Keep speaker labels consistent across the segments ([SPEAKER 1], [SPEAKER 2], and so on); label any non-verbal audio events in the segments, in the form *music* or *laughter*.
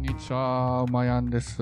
[SPEAKER 1] にちは、まやんです。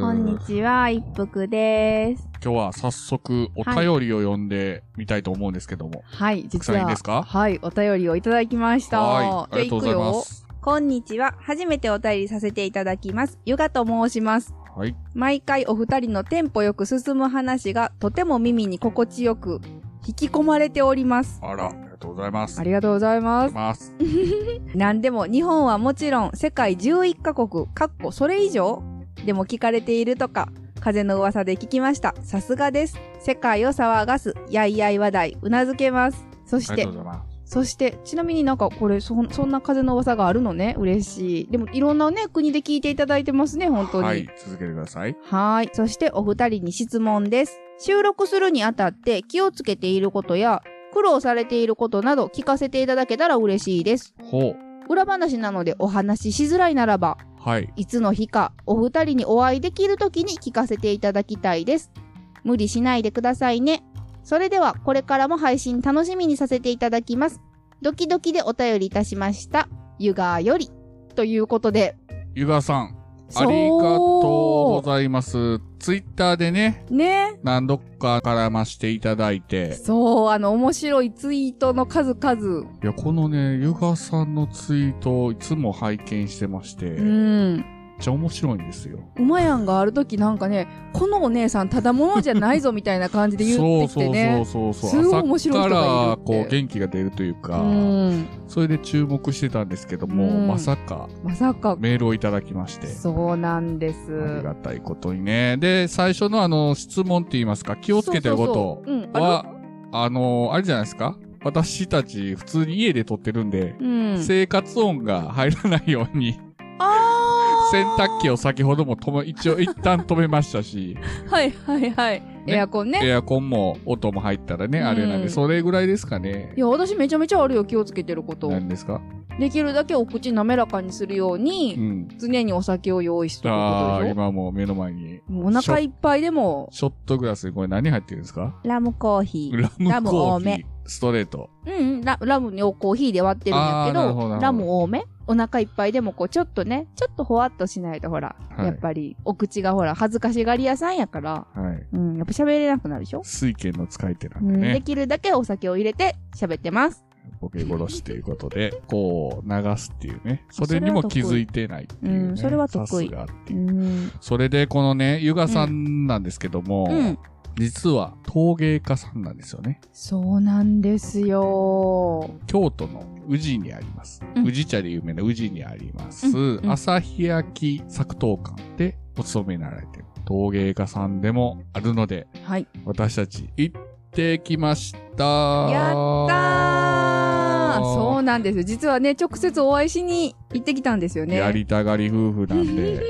[SPEAKER 2] こんにちは、一服です。
[SPEAKER 1] 今日は早速お便りを読んでみたいと思うんですけども。
[SPEAKER 3] はい、実
[SPEAKER 1] 草いい
[SPEAKER 3] は、
[SPEAKER 1] ですか
[SPEAKER 3] はい、お便りをいただきました。
[SPEAKER 1] はい、ありがとうございま
[SPEAKER 3] じゃ
[SPEAKER 1] す。
[SPEAKER 2] こんにちは。初めてお便りさせていただきます。ゆがと申します。
[SPEAKER 1] はい、
[SPEAKER 2] 毎回お二人のテンポよく進む話がとても耳に心地よく引き込まれております。
[SPEAKER 1] あら、ありがとうございま
[SPEAKER 3] あくよ
[SPEAKER 1] す。
[SPEAKER 3] あ
[SPEAKER 1] あ
[SPEAKER 3] りがとうございま
[SPEAKER 1] り
[SPEAKER 3] す。
[SPEAKER 1] がとうございます。
[SPEAKER 2] 何でも日本はもちろん世界11カ国、かっこそれ以上でも聞かれているとか、風の噂で聞きました。さすがです。世界を騒がす、やいやい話題、うなずけます。
[SPEAKER 3] そし
[SPEAKER 1] ありが
[SPEAKER 3] て
[SPEAKER 1] とう、ございます。
[SPEAKER 3] そして、ちなみになんかこれ、そんそんな風の噂があるのね、嬉しい。でも、いろんなね、国で聞いていただいてますね、本当に。
[SPEAKER 1] はい、続けてください。
[SPEAKER 3] はーい。
[SPEAKER 2] そしてお二人に質問です。収録するにあたって気をつけていることや苦労されていることなど聞かせていただけたら嬉しいです。
[SPEAKER 1] ほう。
[SPEAKER 2] 裏話なのでお話ししづらいならば、
[SPEAKER 1] はい。
[SPEAKER 2] いつの日かお二人にお会いできる時に聞かせていただきたいです。無理しないでくださいね。それではこれからも配信楽しみにさせていただきます。ドキドキでお便りいたしました。ゆがより。ということで。
[SPEAKER 1] ゆがさん、ありがとうございます。ツイッターでね、
[SPEAKER 3] うね。
[SPEAKER 1] 何度か絡ましていただいて、
[SPEAKER 3] そう、あの、面白いツイートの数々。
[SPEAKER 1] いや、このね、ゆがさんのツイートをいつも拝見してまして、
[SPEAKER 3] う
[SPEAKER 1] めっ
[SPEAKER 3] ん。
[SPEAKER 1] ちゃ面白いんですよ。
[SPEAKER 3] うまやんがある時なんかね、このお姉さんただものじゃないぞみたいな感じで言ってきてね。
[SPEAKER 1] そうそうそうそうそう。
[SPEAKER 3] すごい面白い人がいるって
[SPEAKER 1] 朝から、こう、元気が出るというか、
[SPEAKER 3] うん。
[SPEAKER 1] それで注目してたんですけども、
[SPEAKER 3] うん
[SPEAKER 1] まさか
[SPEAKER 3] まさか。
[SPEAKER 1] メールをいただきまして。
[SPEAKER 3] そうなんです。
[SPEAKER 1] ありがたいことにね。で、最初のあの、質問って言いますか、気をつけてるこ
[SPEAKER 3] そうそうそううん
[SPEAKER 1] とは、あの、あれじゃないですか私たち普通に家で撮ってるんで、
[SPEAKER 3] うん。
[SPEAKER 1] 生活音が入らないように、
[SPEAKER 3] あー
[SPEAKER 1] 洗濯機を先ほども止め、一応一旦止めましたし、
[SPEAKER 3] はいはいはい。エアコンね。
[SPEAKER 1] エアコンも音も入ったらね、
[SPEAKER 3] うん
[SPEAKER 1] あれなんで、それぐらいですかね
[SPEAKER 3] い。や、私めちゃめちゃあるよ、気をつけてること。
[SPEAKER 1] 何ですか
[SPEAKER 3] できるだけお口滑らかにするよう
[SPEAKER 1] う
[SPEAKER 3] に、
[SPEAKER 1] ん。
[SPEAKER 3] 常にお酒を用意しておくこ
[SPEAKER 1] あ
[SPEAKER 3] と
[SPEAKER 1] あ、
[SPEAKER 3] でしょ。
[SPEAKER 1] 今もう目の前に、
[SPEAKER 3] もうお腹いっぱいでも、
[SPEAKER 1] ショットグラスにこれ何入ってるんですか
[SPEAKER 2] ラムコーヒ
[SPEAKER 1] ラム
[SPEAKER 2] ラム
[SPEAKER 1] コ
[SPEAKER 2] 多
[SPEAKER 1] ーヒ
[SPEAKER 2] め
[SPEAKER 1] ー、ストレート。
[SPEAKER 2] うんうん、ララムをコーヒーで割ってるんやけ
[SPEAKER 1] あーな
[SPEAKER 2] ど
[SPEAKER 1] るほどなるほど
[SPEAKER 2] ラム多めお腹いっぱいでもこうちょっとねちょっとほわっとしないとほら、
[SPEAKER 1] はい
[SPEAKER 2] やっぱりお口がほら恥ずかしがり屋さんやから、
[SPEAKER 1] はい。
[SPEAKER 2] うん、やっぱ喋れなくなるでしょ、
[SPEAKER 1] 水拳の使い手な
[SPEAKER 2] うん
[SPEAKER 1] で
[SPEAKER 2] ん、で
[SPEAKER 1] ね、
[SPEAKER 2] きるだけお酒を入れて喋ってます
[SPEAKER 1] ボケ殺しということで、こう流すっていうね。そ
[SPEAKER 2] それは
[SPEAKER 1] れにも気づいてないっていう、ね。
[SPEAKER 2] うんそれは得意
[SPEAKER 1] さすがって
[SPEAKER 2] う
[SPEAKER 1] いう。
[SPEAKER 2] ん
[SPEAKER 1] それで、このね、ゆがさんなんですけども、
[SPEAKER 2] うん
[SPEAKER 1] 実は陶芸家さんなんですよね。
[SPEAKER 3] そうなんですよ。
[SPEAKER 1] 京都の宇治にあります。
[SPEAKER 2] うん
[SPEAKER 1] 宇治茶で有名な宇治にあります、
[SPEAKER 2] うんうん
[SPEAKER 1] 朝日焼作陶館でお勤めになられてる陶芸家さんでもあるので、
[SPEAKER 3] はい。
[SPEAKER 1] 私たち行ってきました。
[SPEAKER 3] やったーそう
[SPEAKER 1] う
[SPEAKER 3] なんですよ。実はね、直接お会いしに行ってきたんですよね。
[SPEAKER 1] やりたがり夫婦なんで。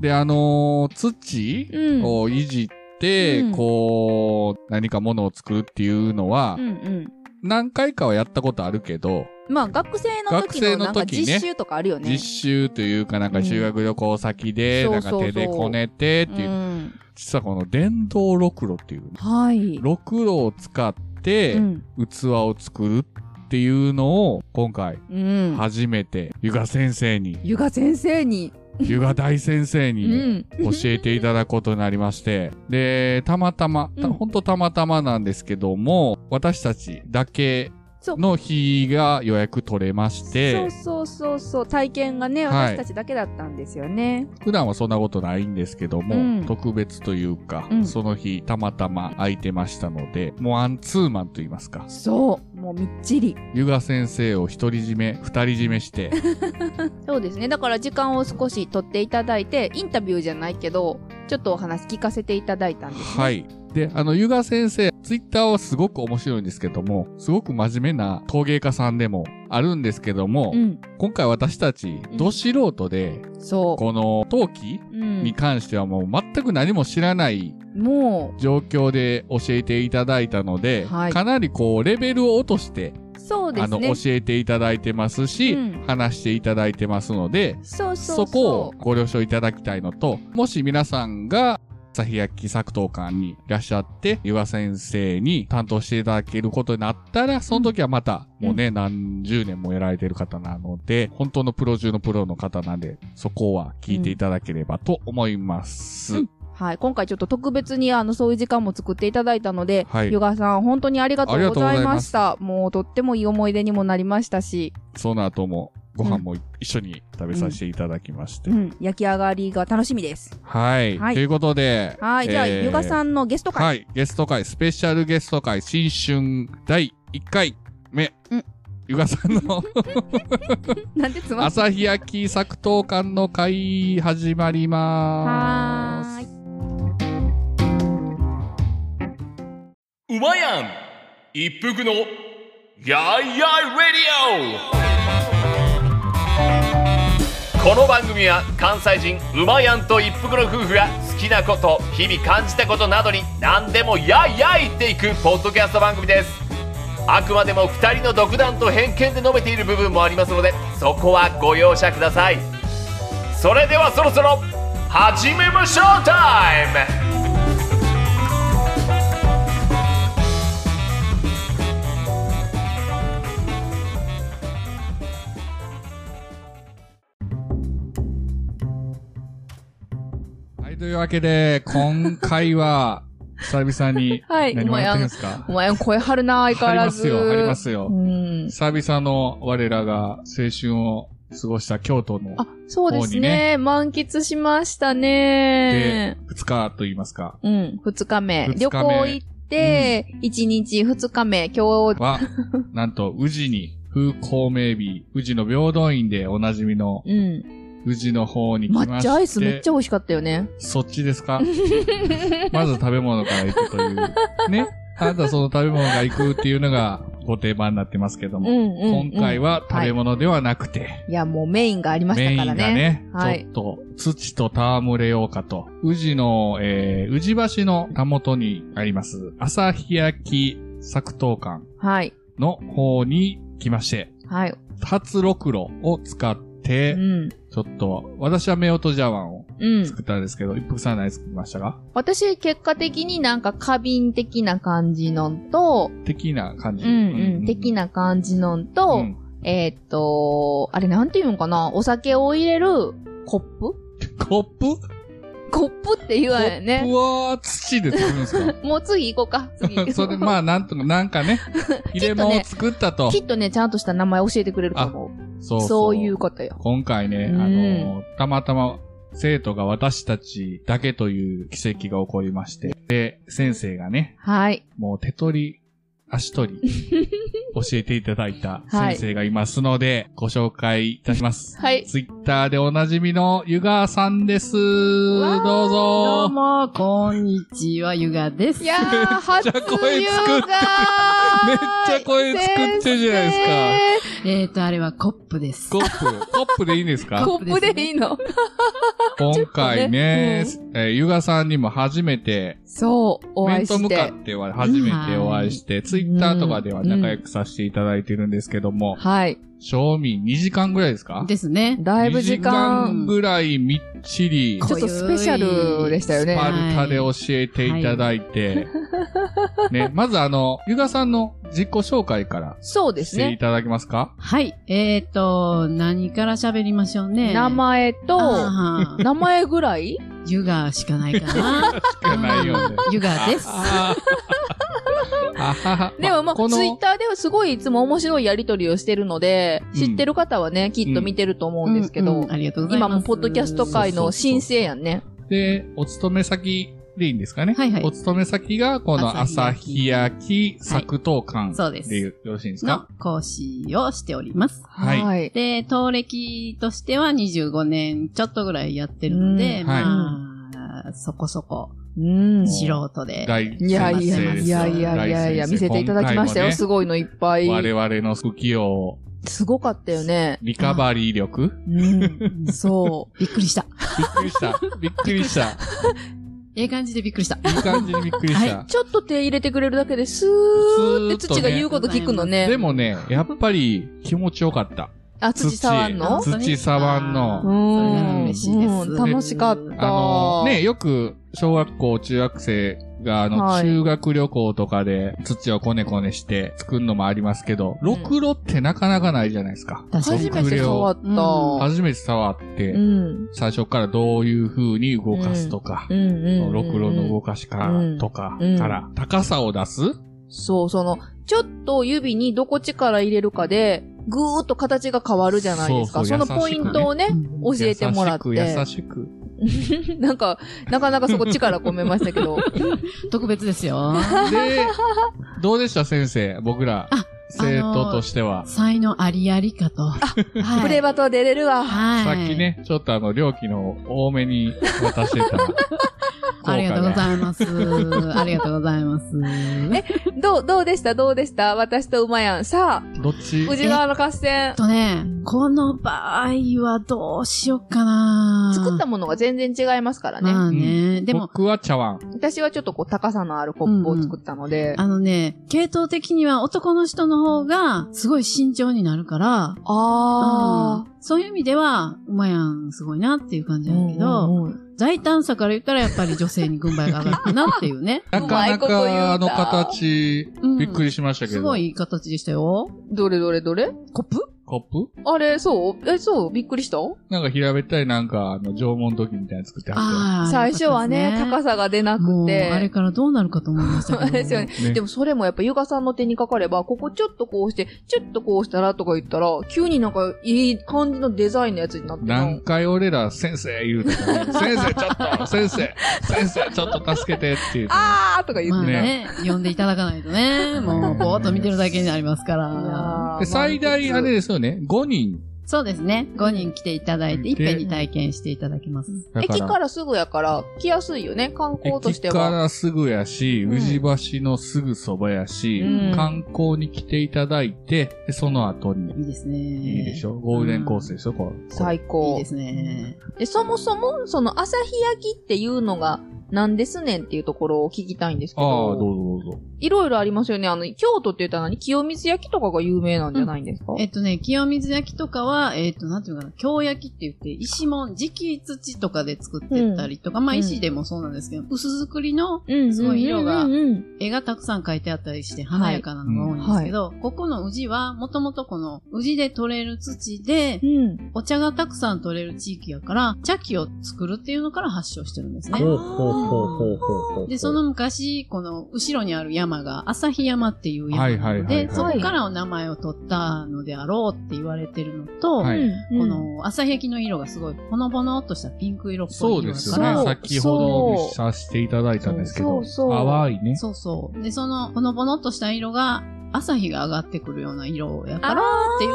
[SPEAKER 1] で、あのー土
[SPEAKER 3] うん。
[SPEAKER 1] をいじって、
[SPEAKER 3] うん
[SPEAKER 1] こう、何かものを作るっていうのは
[SPEAKER 3] *laughs* うんう、ん。
[SPEAKER 1] 何回かはやったことあるけど、
[SPEAKER 3] まあ、学生の
[SPEAKER 1] 学
[SPEAKER 3] 時
[SPEAKER 1] 生
[SPEAKER 3] の
[SPEAKER 1] の
[SPEAKER 3] なんか
[SPEAKER 1] 時ね
[SPEAKER 3] 実習とかあるよね。
[SPEAKER 1] 実習というか、なんか修学旅行先で、
[SPEAKER 3] うん
[SPEAKER 1] なんか
[SPEAKER 3] そうそうそ
[SPEAKER 1] 手
[SPEAKER 3] う
[SPEAKER 1] でこねてっていう、
[SPEAKER 3] うん、
[SPEAKER 1] 実はこの電動ろくろっていう、
[SPEAKER 3] はい。
[SPEAKER 1] ろくろを使って
[SPEAKER 3] うん。
[SPEAKER 1] 器を作るっていうのを、今回、
[SPEAKER 3] うん。
[SPEAKER 1] 初めて、ゆが先生に、
[SPEAKER 3] ゆが先生に。
[SPEAKER 1] ゆが大先生
[SPEAKER 3] う
[SPEAKER 1] に
[SPEAKER 3] ん。
[SPEAKER 1] 教えていただくことになりまして、で、たまたま、た
[SPEAKER 3] うん
[SPEAKER 1] ほんとたまたまなんですけども、私たちだけ
[SPEAKER 3] そう
[SPEAKER 1] の日が予約取れまして、
[SPEAKER 3] そうそうそうそう。体験がね、
[SPEAKER 1] はい
[SPEAKER 3] 私たちだけだったんですよね。
[SPEAKER 1] 普段はそんなことないんですけども、
[SPEAKER 3] うん
[SPEAKER 1] 特別というか、
[SPEAKER 3] うん
[SPEAKER 1] その日たまたま空いてましたので、もうアンツーマンと言いますか、
[SPEAKER 3] そう。もうみっちり。
[SPEAKER 1] ゆが先生を独り占め、二人占めして、
[SPEAKER 3] *laughs* そうですね。だから時間を少し取っていただいて、インタビューじゃないけど、ちょっとお話聞かせていただいたんです、ね。
[SPEAKER 1] はい。で、あの、ゆが先生、ツイッターはすごく面白いんですけども、すごく真面目な陶芸家さんでもあるんですけども、
[SPEAKER 3] うん。
[SPEAKER 1] 今回私たち、
[SPEAKER 3] うん
[SPEAKER 1] ど素人で、
[SPEAKER 3] そ
[SPEAKER 1] この陶器
[SPEAKER 3] う。うん
[SPEAKER 1] に。関してはもう全く何も知らない
[SPEAKER 3] も
[SPEAKER 1] 状況で教えていただいたので、
[SPEAKER 3] はい
[SPEAKER 1] かなりこう、レベルを落として、
[SPEAKER 3] う、そうで
[SPEAKER 1] あ
[SPEAKER 3] す
[SPEAKER 1] の、
[SPEAKER 3] ね
[SPEAKER 1] 教。えていただいてますし、
[SPEAKER 3] うん
[SPEAKER 1] 話していただいてますので、
[SPEAKER 3] そうそうそう。
[SPEAKER 1] そこをご了承いただきたいのと、もし皆さんが朝日焼作刀館にいらっしゃって、湯河先生に担当していただけることになったら、その時はまた、
[SPEAKER 3] うん
[SPEAKER 1] もうね、何十年もやられてる方なので、本当のプロ中のプロの方なんで、そこは聞いていただければと思います。
[SPEAKER 3] うんはい。今回ちょっと特別にあの、そういう時間も作っていただいたので、
[SPEAKER 1] はい
[SPEAKER 3] ヨガさん、本当にありがとうござ
[SPEAKER 1] ありがとうござ
[SPEAKER 3] い
[SPEAKER 1] い
[SPEAKER 3] ま
[SPEAKER 1] ま
[SPEAKER 3] し
[SPEAKER 1] す
[SPEAKER 3] た。もう、とってもいい思い出にもなりましたし、
[SPEAKER 1] その後も、ご飯も一緒に食べさせていただきまして。
[SPEAKER 3] うん、焼き上がりが楽しみです。
[SPEAKER 1] はい、
[SPEAKER 3] はい
[SPEAKER 1] ということで、
[SPEAKER 3] はい。じゃあ、
[SPEAKER 1] えー
[SPEAKER 3] ヨガさんのゲスト会。
[SPEAKER 1] はい、ゲスト会、スペシャルゲスト会、新春第1回目。
[SPEAKER 2] うん
[SPEAKER 1] ゆがさん
[SPEAKER 3] *laughs*
[SPEAKER 1] の
[SPEAKER 3] なんでつまん
[SPEAKER 1] 朝日焼き作刀館の会始まりま
[SPEAKER 3] は
[SPEAKER 1] ー
[SPEAKER 3] ーい
[SPEAKER 1] す。
[SPEAKER 4] うまやん一服のやいやいレディオこの番組は関西人うまやんと一服の夫婦が好きなこと日々感じたことなどに何でもやいやい言っていくポッドキャスト番組ですあくまでも2人の独断と偏見で述べている部分もありますのでそこはご容赦くださいそれではそろそろ始めましょうタイム
[SPEAKER 1] はい、というわけで、今回
[SPEAKER 3] *laughs*
[SPEAKER 1] は、久々に、
[SPEAKER 3] はい。
[SPEAKER 1] 何
[SPEAKER 3] お
[SPEAKER 1] も
[SPEAKER 3] 前
[SPEAKER 1] やってる
[SPEAKER 3] や
[SPEAKER 1] ん
[SPEAKER 3] ん
[SPEAKER 1] で、すか
[SPEAKER 3] お前やん声張るな、相変わらず。。
[SPEAKER 1] ありますよ、ありますすよ。
[SPEAKER 3] うん。
[SPEAKER 1] 久々の我らが青春を過ごした京都の
[SPEAKER 3] あ、そうです
[SPEAKER 1] 方に
[SPEAKER 3] ね。満喫しましたね。
[SPEAKER 1] 2日と言いますか、
[SPEAKER 3] うん、二日目。
[SPEAKER 1] 二日目
[SPEAKER 3] 旅行行って、一、日二日目、今日、 *laughs*
[SPEAKER 1] は、なんと、宇治に、風光明媚、宇治の平等院でおなじみの
[SPEAKER 3] うん。
[SPEAKER 1] 宇治の方に来まして。
[SPEAKER 3] 抹茶アイスめっちゃ美味しかったよ
[SPEAKER 1] *laughs*
[SPEAKER 3] ね。
[SPEAKER 1] そっちですかまず食べ物から行くという。ね。あなたその食べ物が行くっていうのがご定番になってますけど
[SPEAKER 3] うん
[SPEAKER 1] も。
[SPEAKER 3] うん、うん。
[SPEAKER 1] 今回は
[SPEAKER 3] は。
[SPEAKER 1] 食べ物ではなくて、
[SPEAKER 3] いや、もうメインがありまし
[SPEAKER 1] メイ
[SPEAKER 3] た
[SPEAKER 1] ン
[SPEAKER 3] か
[SPEAKER 1] が
[SPEAKER 3] らね。
[SPEAKER 1] ね、
[SPEAKER 3] はい
[SPEAKER 1] ちょっと土と戯れようかと、宇治の、えー、宇治橋のたもとにあります、朝日焼き作刀館
[SPEAKER 3] はい。
[SPEAKER 1] の方に来まして、
[SPEAKER 3] はい。
[SPEAKER 1] 初ろくろを使っ
[SPEAKER 3] う
[SPEAKER 1] て、
[SPEAKER 3] ん。
[SPEAKER 1] ちょっと、私は夫婦茶碗を
[SPEAKER 3] うん。
[SPEAKER 1] 作ったんですけど、一服さん何作りましたか
[SPEAKER 3] 私、結果的になんか花瓶的な感じのんと、
[SPEAKER 1] 的な感じ。
[SPEAKER 3] うんうん、的な感じのん
[SPEAKER 1] う
[SPEAKER 3] と、
[SPEAKER 1] ん。
[SPEAKER 3] えーっと、あれなんていうのかなお酒を入れるコップ
[SPEAKER 1] コップ
[SPEAKER 3] コップって言わんよ
[SPEAKER 1] コッ
[SPEAKER 3] ね。
[SPEAKER 1] プは土で作るん
[SPEAKER 3] *laughs*
[SPEAKER 1] ですか
[SPEAKER 3] もう次行こうか。次
[SPEAKER 1] *laughs* それで、まあ、なんとか、なんか
[SPEAKER 3] *laughs*
[SPEAKER 1] ね、入れ物を作ったと。
[SPEAKER 3] きっとね、ちゃんとした名前教えてくれるかも。
[SPEAKER 1] そ
[SPEAKER 3] そういう。ことよ。
[SPEAKER 1] 今回ね、
[SPEAKER 3] うん
[SPEAKER 1] あの、たまたま、生徒が私たちだけという奇跡が起こりまして、で、先生がね、
[SPEAKER 3] はい。
[SPEAKER 1] もう手取り、足取り、
[SPEAKER 3] *laughs*
[SPEAKER 1] 教えていただいた
[SPEAKER 3] はい
[SPEAKER 1] 先生がいますので、ご紹介いたします。
[SPEAKER 3] はい。
[SPEAKER 1] ツイッターでおなじみのゆがさんです。ど
[SPEAKER 3] わー
[SPEAKER 1] う
[SPEAKER 5] どう
[SPEAKER 1] ぞ。
[SPEAKER 5] も、こんにちは、ゆがです。
[SPEAKER 3] いやー、初
[SPEAKER 1] ゃ声
[SPEAKER 3] 優
[SPEAKER 1] 作ってる
[SPEAKER 3] 雅
[SPEAKER 1] めっちゃ声作ってるじゃないです
[SPEAKER 3] か。
[SPEAKER 5] えっ、ー、と、あれはコップです。
[SPEAKER 1] コップ、コップでいいんですか
[SPEAKER 3] *laughs* コップでいいの
[SPEAKER 1] 今回ね、えーゆがさんにも初めて、
[SPEAKER 3] そう、お会
[SPEAKER 1] 面
[SPEAKER 3] い
[SPEAKER 1] と
[SPEAKER 3] し
[SPEAKER 1] 向か
[SPEAKER 3] て。
[SPEAKER 1] っては初めてお会いして、ツイッターとかでは仲良くさせていただいてるんですけども、
[SPEAKER 3] はい。
[SPEAKER 1] 賞味2時間ぐらいですか
[SPEAKER 5] ですね。
[SPEAKER 3] だいぶ時間、
[SPEAKER 1] 2時間ぐらいみっちり、
[SPEAKER 3] ちょっとスペシャルでしたよ
[SPEAKER 1] ス
[SPEAKER 3] ね。
[SPEAKER 1] パ
[SPEAKER 5] はい
[SPEAKER 1] ルタで教えていただいて、 *laughs* ね、まずあの、ゆがさんの自己紹介から
[SPEAKER 3] そうで
[SPEAKER 1] し
[SPEAKER 3] す
[SPEAKER 1] てい
[SPEAKER 3] ね。
[SPEAKER 1] ただけますか
[SPEAKER 5] はい。えっ、ー、と、何から喋りましょうね。
[SPEAKER 3] 名前と、
[SPEAKER 5] あー。
[SPEAKER 3] 名前ぐらい
[SPEAKER 5] ゆがしかないかな。
[SPEAKER 1] しかないよね。
[SPEAKER 5] ゆがです。
[SPEAKER 1] あああはは
[SPEAKER 3] *laughs* でもまあ、
[SPEAKER 1] この
[SPEAKER 3] ツイッターではすごいいつも面白いやりとりをしてるので、
[SPEAKER 1] うん
[SPEAKER 3] 知ってる方はね、きっと見てると思うんですけ
[SPEAKER 5] う
[SPEAKER 3] ど
[SPEAKER 5] んうん、ありがとうございま
[SPEAKER 3] 今
[SPEAKER 5] す。
[SPEAKER 3] もポッドキャスト界の新生やんね。
[SPEAKER 1] で、お勤め先でいいんですかね
[SPEAKER 5] はいはい
[SPEAKER 1] お勤め先が、この朝
[SPEAKER 5] 朝
[SPEAKER 1] 日
[SPEAKER 5] 日
[SPEAKER 1] 焼き作刀
[SPEAKER 5] い
[SPEAKER 1] 館。
[SPEAKER 5] そうです
[SPEAKER 1] でよろしいんです
[SPEAKER 5] の
[SPEAKER 1] か
[SPEAKER 5] 講師をしております。
[SPEAKER 1] はい
[SPEAKER 3] い。
[SPEAKER 5] で、当歴としては25年ちょっとぐらいやってるので、
[SPEAKER 3] うん
[SPEAKER 1] はい
[SPEAKER 5] まあ、そこそこ
[SPEAKER 3] うん。
[SPEAKER 1] し
[SPEAKER 5] 素人で。
[SPEAKER 1] 大先生です。
[SPEAKER 3] いやいやいやいやいやい
[SPEAKER 1] 大先
[SPEAKER 3] や、
[SPEAKER 1] 生
[SPEAKER 3] 見せていただきましたよ。す
[SPEAKER 1] 今
[SPEAKER 3] ごいのいっぱ
[SPEAKER 1] 回
[SPEAKER 3] い
[SPEAKER 1] も。ね我々の不器用、
[SPEAKER 3] すごかったよね。
[SPEAKER 1] リカバリー力
[SPEAKER 3] うん。そう。
[SPEAKER 5] びっくりした。
[SPEAKER 1] びっくりした。びっくりした。
[SPEAKER 5] ええ感じでびっくりした。
[SPEAKER 1] いい感 *laughs* じにびっくりした。
[SPEAKER 3] ちょっと手入れてくれるだけで、スーって土が言うこと聞くのね。
[SPEAKER 1] でもね、やっぱり気持ちよかった。
[SPEAKER 3] あ、土触ん *laughs* の
[SPEAKER 1] 土触んの
[SPEAKER 5] あーそれなら嬉しいです。
[SPEAKER 3] うん楽しかった。
[SPEAKER 1] あの、ね、よく、小学校、中学生が、あの、
[SPEAKER 3] はい
[SPEAKER 1] 修学旅行とかで、土をこねこねして作るのもありますけど、ろくろってなかなかないじゃないですか。
[SPEAKER 5] 確かに
[SPEAKER 3] 初めて触った。
[SPEAKER 5] 測量
[SPEAKER 1] 初めて触って
[SPEAKER 3] う、ん。
[SPEAKER 1] 最初からどういう風に動かすとか
[SPEAKER 3] う、んうんうん。
[SPEAKER 1] ろくろの動かしからとか
[SPEAKER 3] うん
[SPEAKER 1] から、高さを出す
[SPEAKER 3] そう、その、ちょっと指にどこ力入れるかで、ぐーっと形が変わるじゃないですか。
[SPEAKER 1] そうそう
[SPEAKER 3] そのポイントをね、
[SPEAKER 5] うん
[SPEAKER 3] 教えてもらって。
[SPEAKER 1] 優しく、
[SPEAKER 3] *laughs* なんか、なかなかそこ力込めましたけど。
[SPEAKER 5] 特別ですよ。
[SPEAKER 1] 優しく。で、どうでした先生僕ら
[SPEAKER 5] あ、
[SPEAKER 1] 生徒としては。
[SPEAKER 5] 才能ありありかと。は
[SPEAKER 3] プレイバトは出れるわ。
[SPEAKER 5] はい。
[SPEAKER 1] さっき。ね、ちょっとあの、料金の多めに渡してた効
[SPEAKER 5] *laughs* ありがとうございます。ありがとうございます。えっ
[SPEAKER 3] どう、どうでしたどうでした私と馬やん。さ
[SPEAKER 1] どっち
[SPEAKER 3] あ、宇治川の合戦。
[SPEAKER 5] とね、この場合はどうしよっかな
[SPEAKER 3] 作ったものが全然違いますからね。
[SPEAKER 5] まあね。でも、
[SPEAKER 1] 僕は茶碗。
[SPEAKER 3] 私はちょっとこう、高さのあるコップを作ったので。
[SPEAKER 5] あのね、系統的には男の人の方がすごい慎重になるから、
[SPEAKER 3] あ
[SPEAKER 5] うんそういう意味では、うまやんすごいなっていう感じ
[SPEAKER 3] ー。
[SPEAKER 5] やけど、
[SPEAKER 3] うんうんうん
[SPEAKER 5] 大胆さから言ったらやっぱり女性に軍配が上がったなっていう
[SPEAKER 3] *laughs*
[SPEAKER 5] ね。
[SPEAKER 1] なかなかあの形、
[SPEAKER 5] うん
[SPEAKER 1] びっくりしましたけど。
[SPEAKER 5] すごいいい形でしたよ。
[SPEAKER 3] どれどれどれ
[SPEAKER 5] コップ
[SPEAKER 1] コップ
[SPEAKER 3] あれ、そうえ、そうびっくりした
[SPEAKER 1] なんか平べったいなんか、あの、縄文土器みたいなの作ってあっ
[SPEAKER 5] ああ。
[SPEAKER 3] 最初はね、高
[SPEAKER 5] さ
[SPEAKER 3] さが出なく
[SPEAKER 5] もう、
[SPEAKER 3] て。
[SPEAKER 5] あれからどうなるかと思い
[SPEAKER 3] *laughs*
[SPEAKER 5] ましたけど。
[SPEAKER 3] あれですよね。
[SPEAKER 1] て。ね
[SPEAKER 3] でもそれもやっぱゆかさんの手にかかれば、ここちょっとこうして、ちょっとこうしたらとか言ったら、急になんかいい感じのデザインのやつになってな
[SPEAKER 1] 何回俺ら先生言うてた
[SPEAKER 5] *laughs*
[SPEAKER 1] の先生ちょっと先生先生ちょっと助けてって言うて
[SPEAKER 3] あーとか言
[SPEAKER 5] ま
[SPEAKER 3] っ
[SPEAKER 5] あ
[SPEAKER 3] てね。
[SPEAKER 5] ね、呼んでいただかないと
[SPEAKER 3] *laughs*
[SPEAKER 5] ね、もうぼーっと見てるだけになりますから。
[SPEAKER 1] で最大あれ
[SPEAKER 3] で
[SPEAKER 1] ですよね5人
[SPEAKER 5] そうですね、5人来ていただいて、
[SPEAKER 1] で
[SPEAKER 5] いっぺんに体験していただきます。
[SPEAKER 1] だ
[SPEAKER 3] 駅からすぐやから、来やすいよね、観光として
[SPEAKER 1] 駅か
[SPEAKER 3] は。
[SPEAKER 1] らすぐやし、
[SPEAKER 3] うん
[SPEAKER 1] 宇治橋のすぐそばやし、
[SPEAKER 3] うん
[SPEAKER 1] 観光に来ていただいて、でその後に、
[SPEAKER 5] いいですね。
[SPEAKER 1] いいでしょゴールデンコースでしょ、こう。
[SPEAKER 3] 最
[SPEAKER 5] いい
[SPEAKER 3] 高
[SPEAKER 5] ですね。
[SPEAKER 3] で。そもそも、その朝日焼きっていうのが、なんですねんっていうところを聞きたいんですけ
[SPEAKER 1] ああ、どうぞ
[SPEAKER 3] ど、
[SPEAKER 1] どうぞ。
[SPEAKER 3] いろいろありますよね。あの、京都って言ったら何清水焼きとかが有名なんじゃないんですか、
[SPEAKER 5] えっとね、清水焼きとかは、えっと、なんていうかな、京焼きって言って、石もん、磁器土とかで作ってたりとか、まあ石でもそうなんですけど、薄作りの
[SPEAKER 3] うん
[SPEAKER 5] すごい色が
[SPEAKER 3] うんうんうん
[SPEAKER 5] 絵がたくさん描いてあったりして華やかなのが多いんですけど、ここの宇治はもともとこの宇治で取れる土で
[SPEAKER 3] う、ん。
[SPEAKER 5] お茶がたくさん取れる地域やから、茶器を作るっていうのから発祥してるんですね。
[SPEAKER 6] ほうほうほうほうほうほう。
[SPEAKER 5] で、その昔、この後ろにある山が旭山っていう山
[SPEAKER 1] はいはい
[SPEAKER 5] な
[SPEAKER 1] は
[SPEAKER 5] の
[SPEAKER 1] い
[SPEAKER 5] で、
[SPEAKER 1] はい
[SPEAKER 5] そこからお名前を取ったのであろうって言われてるのと、
[SPEAKER 1] はい
[SPEAKER 5] この朝焼きの色がすごいほのぼのっとしたピンク色っぽい
[SPEAKER 1] そう
[SPEAKER 5] 色
[SPEAKER 1] で
[SPEAKER 5] や
[SPEAKER 1] す
[SPEAKER 5] か
[SPEAKER 1] よ
[SPEAKER 5] ら、
[SPEAKER 1] ね。
[SPEAKER 3] そう
[SPEAKER 1] 先ほど見させていただいたんですけど、
[SPEAKER 3] そうそうそう
[SPEAKER 1] 淡いね。
[SPEAKER 5] そうそう。で、その、ほのぼのっとした色が、朝日が上がってくるような色やから、って言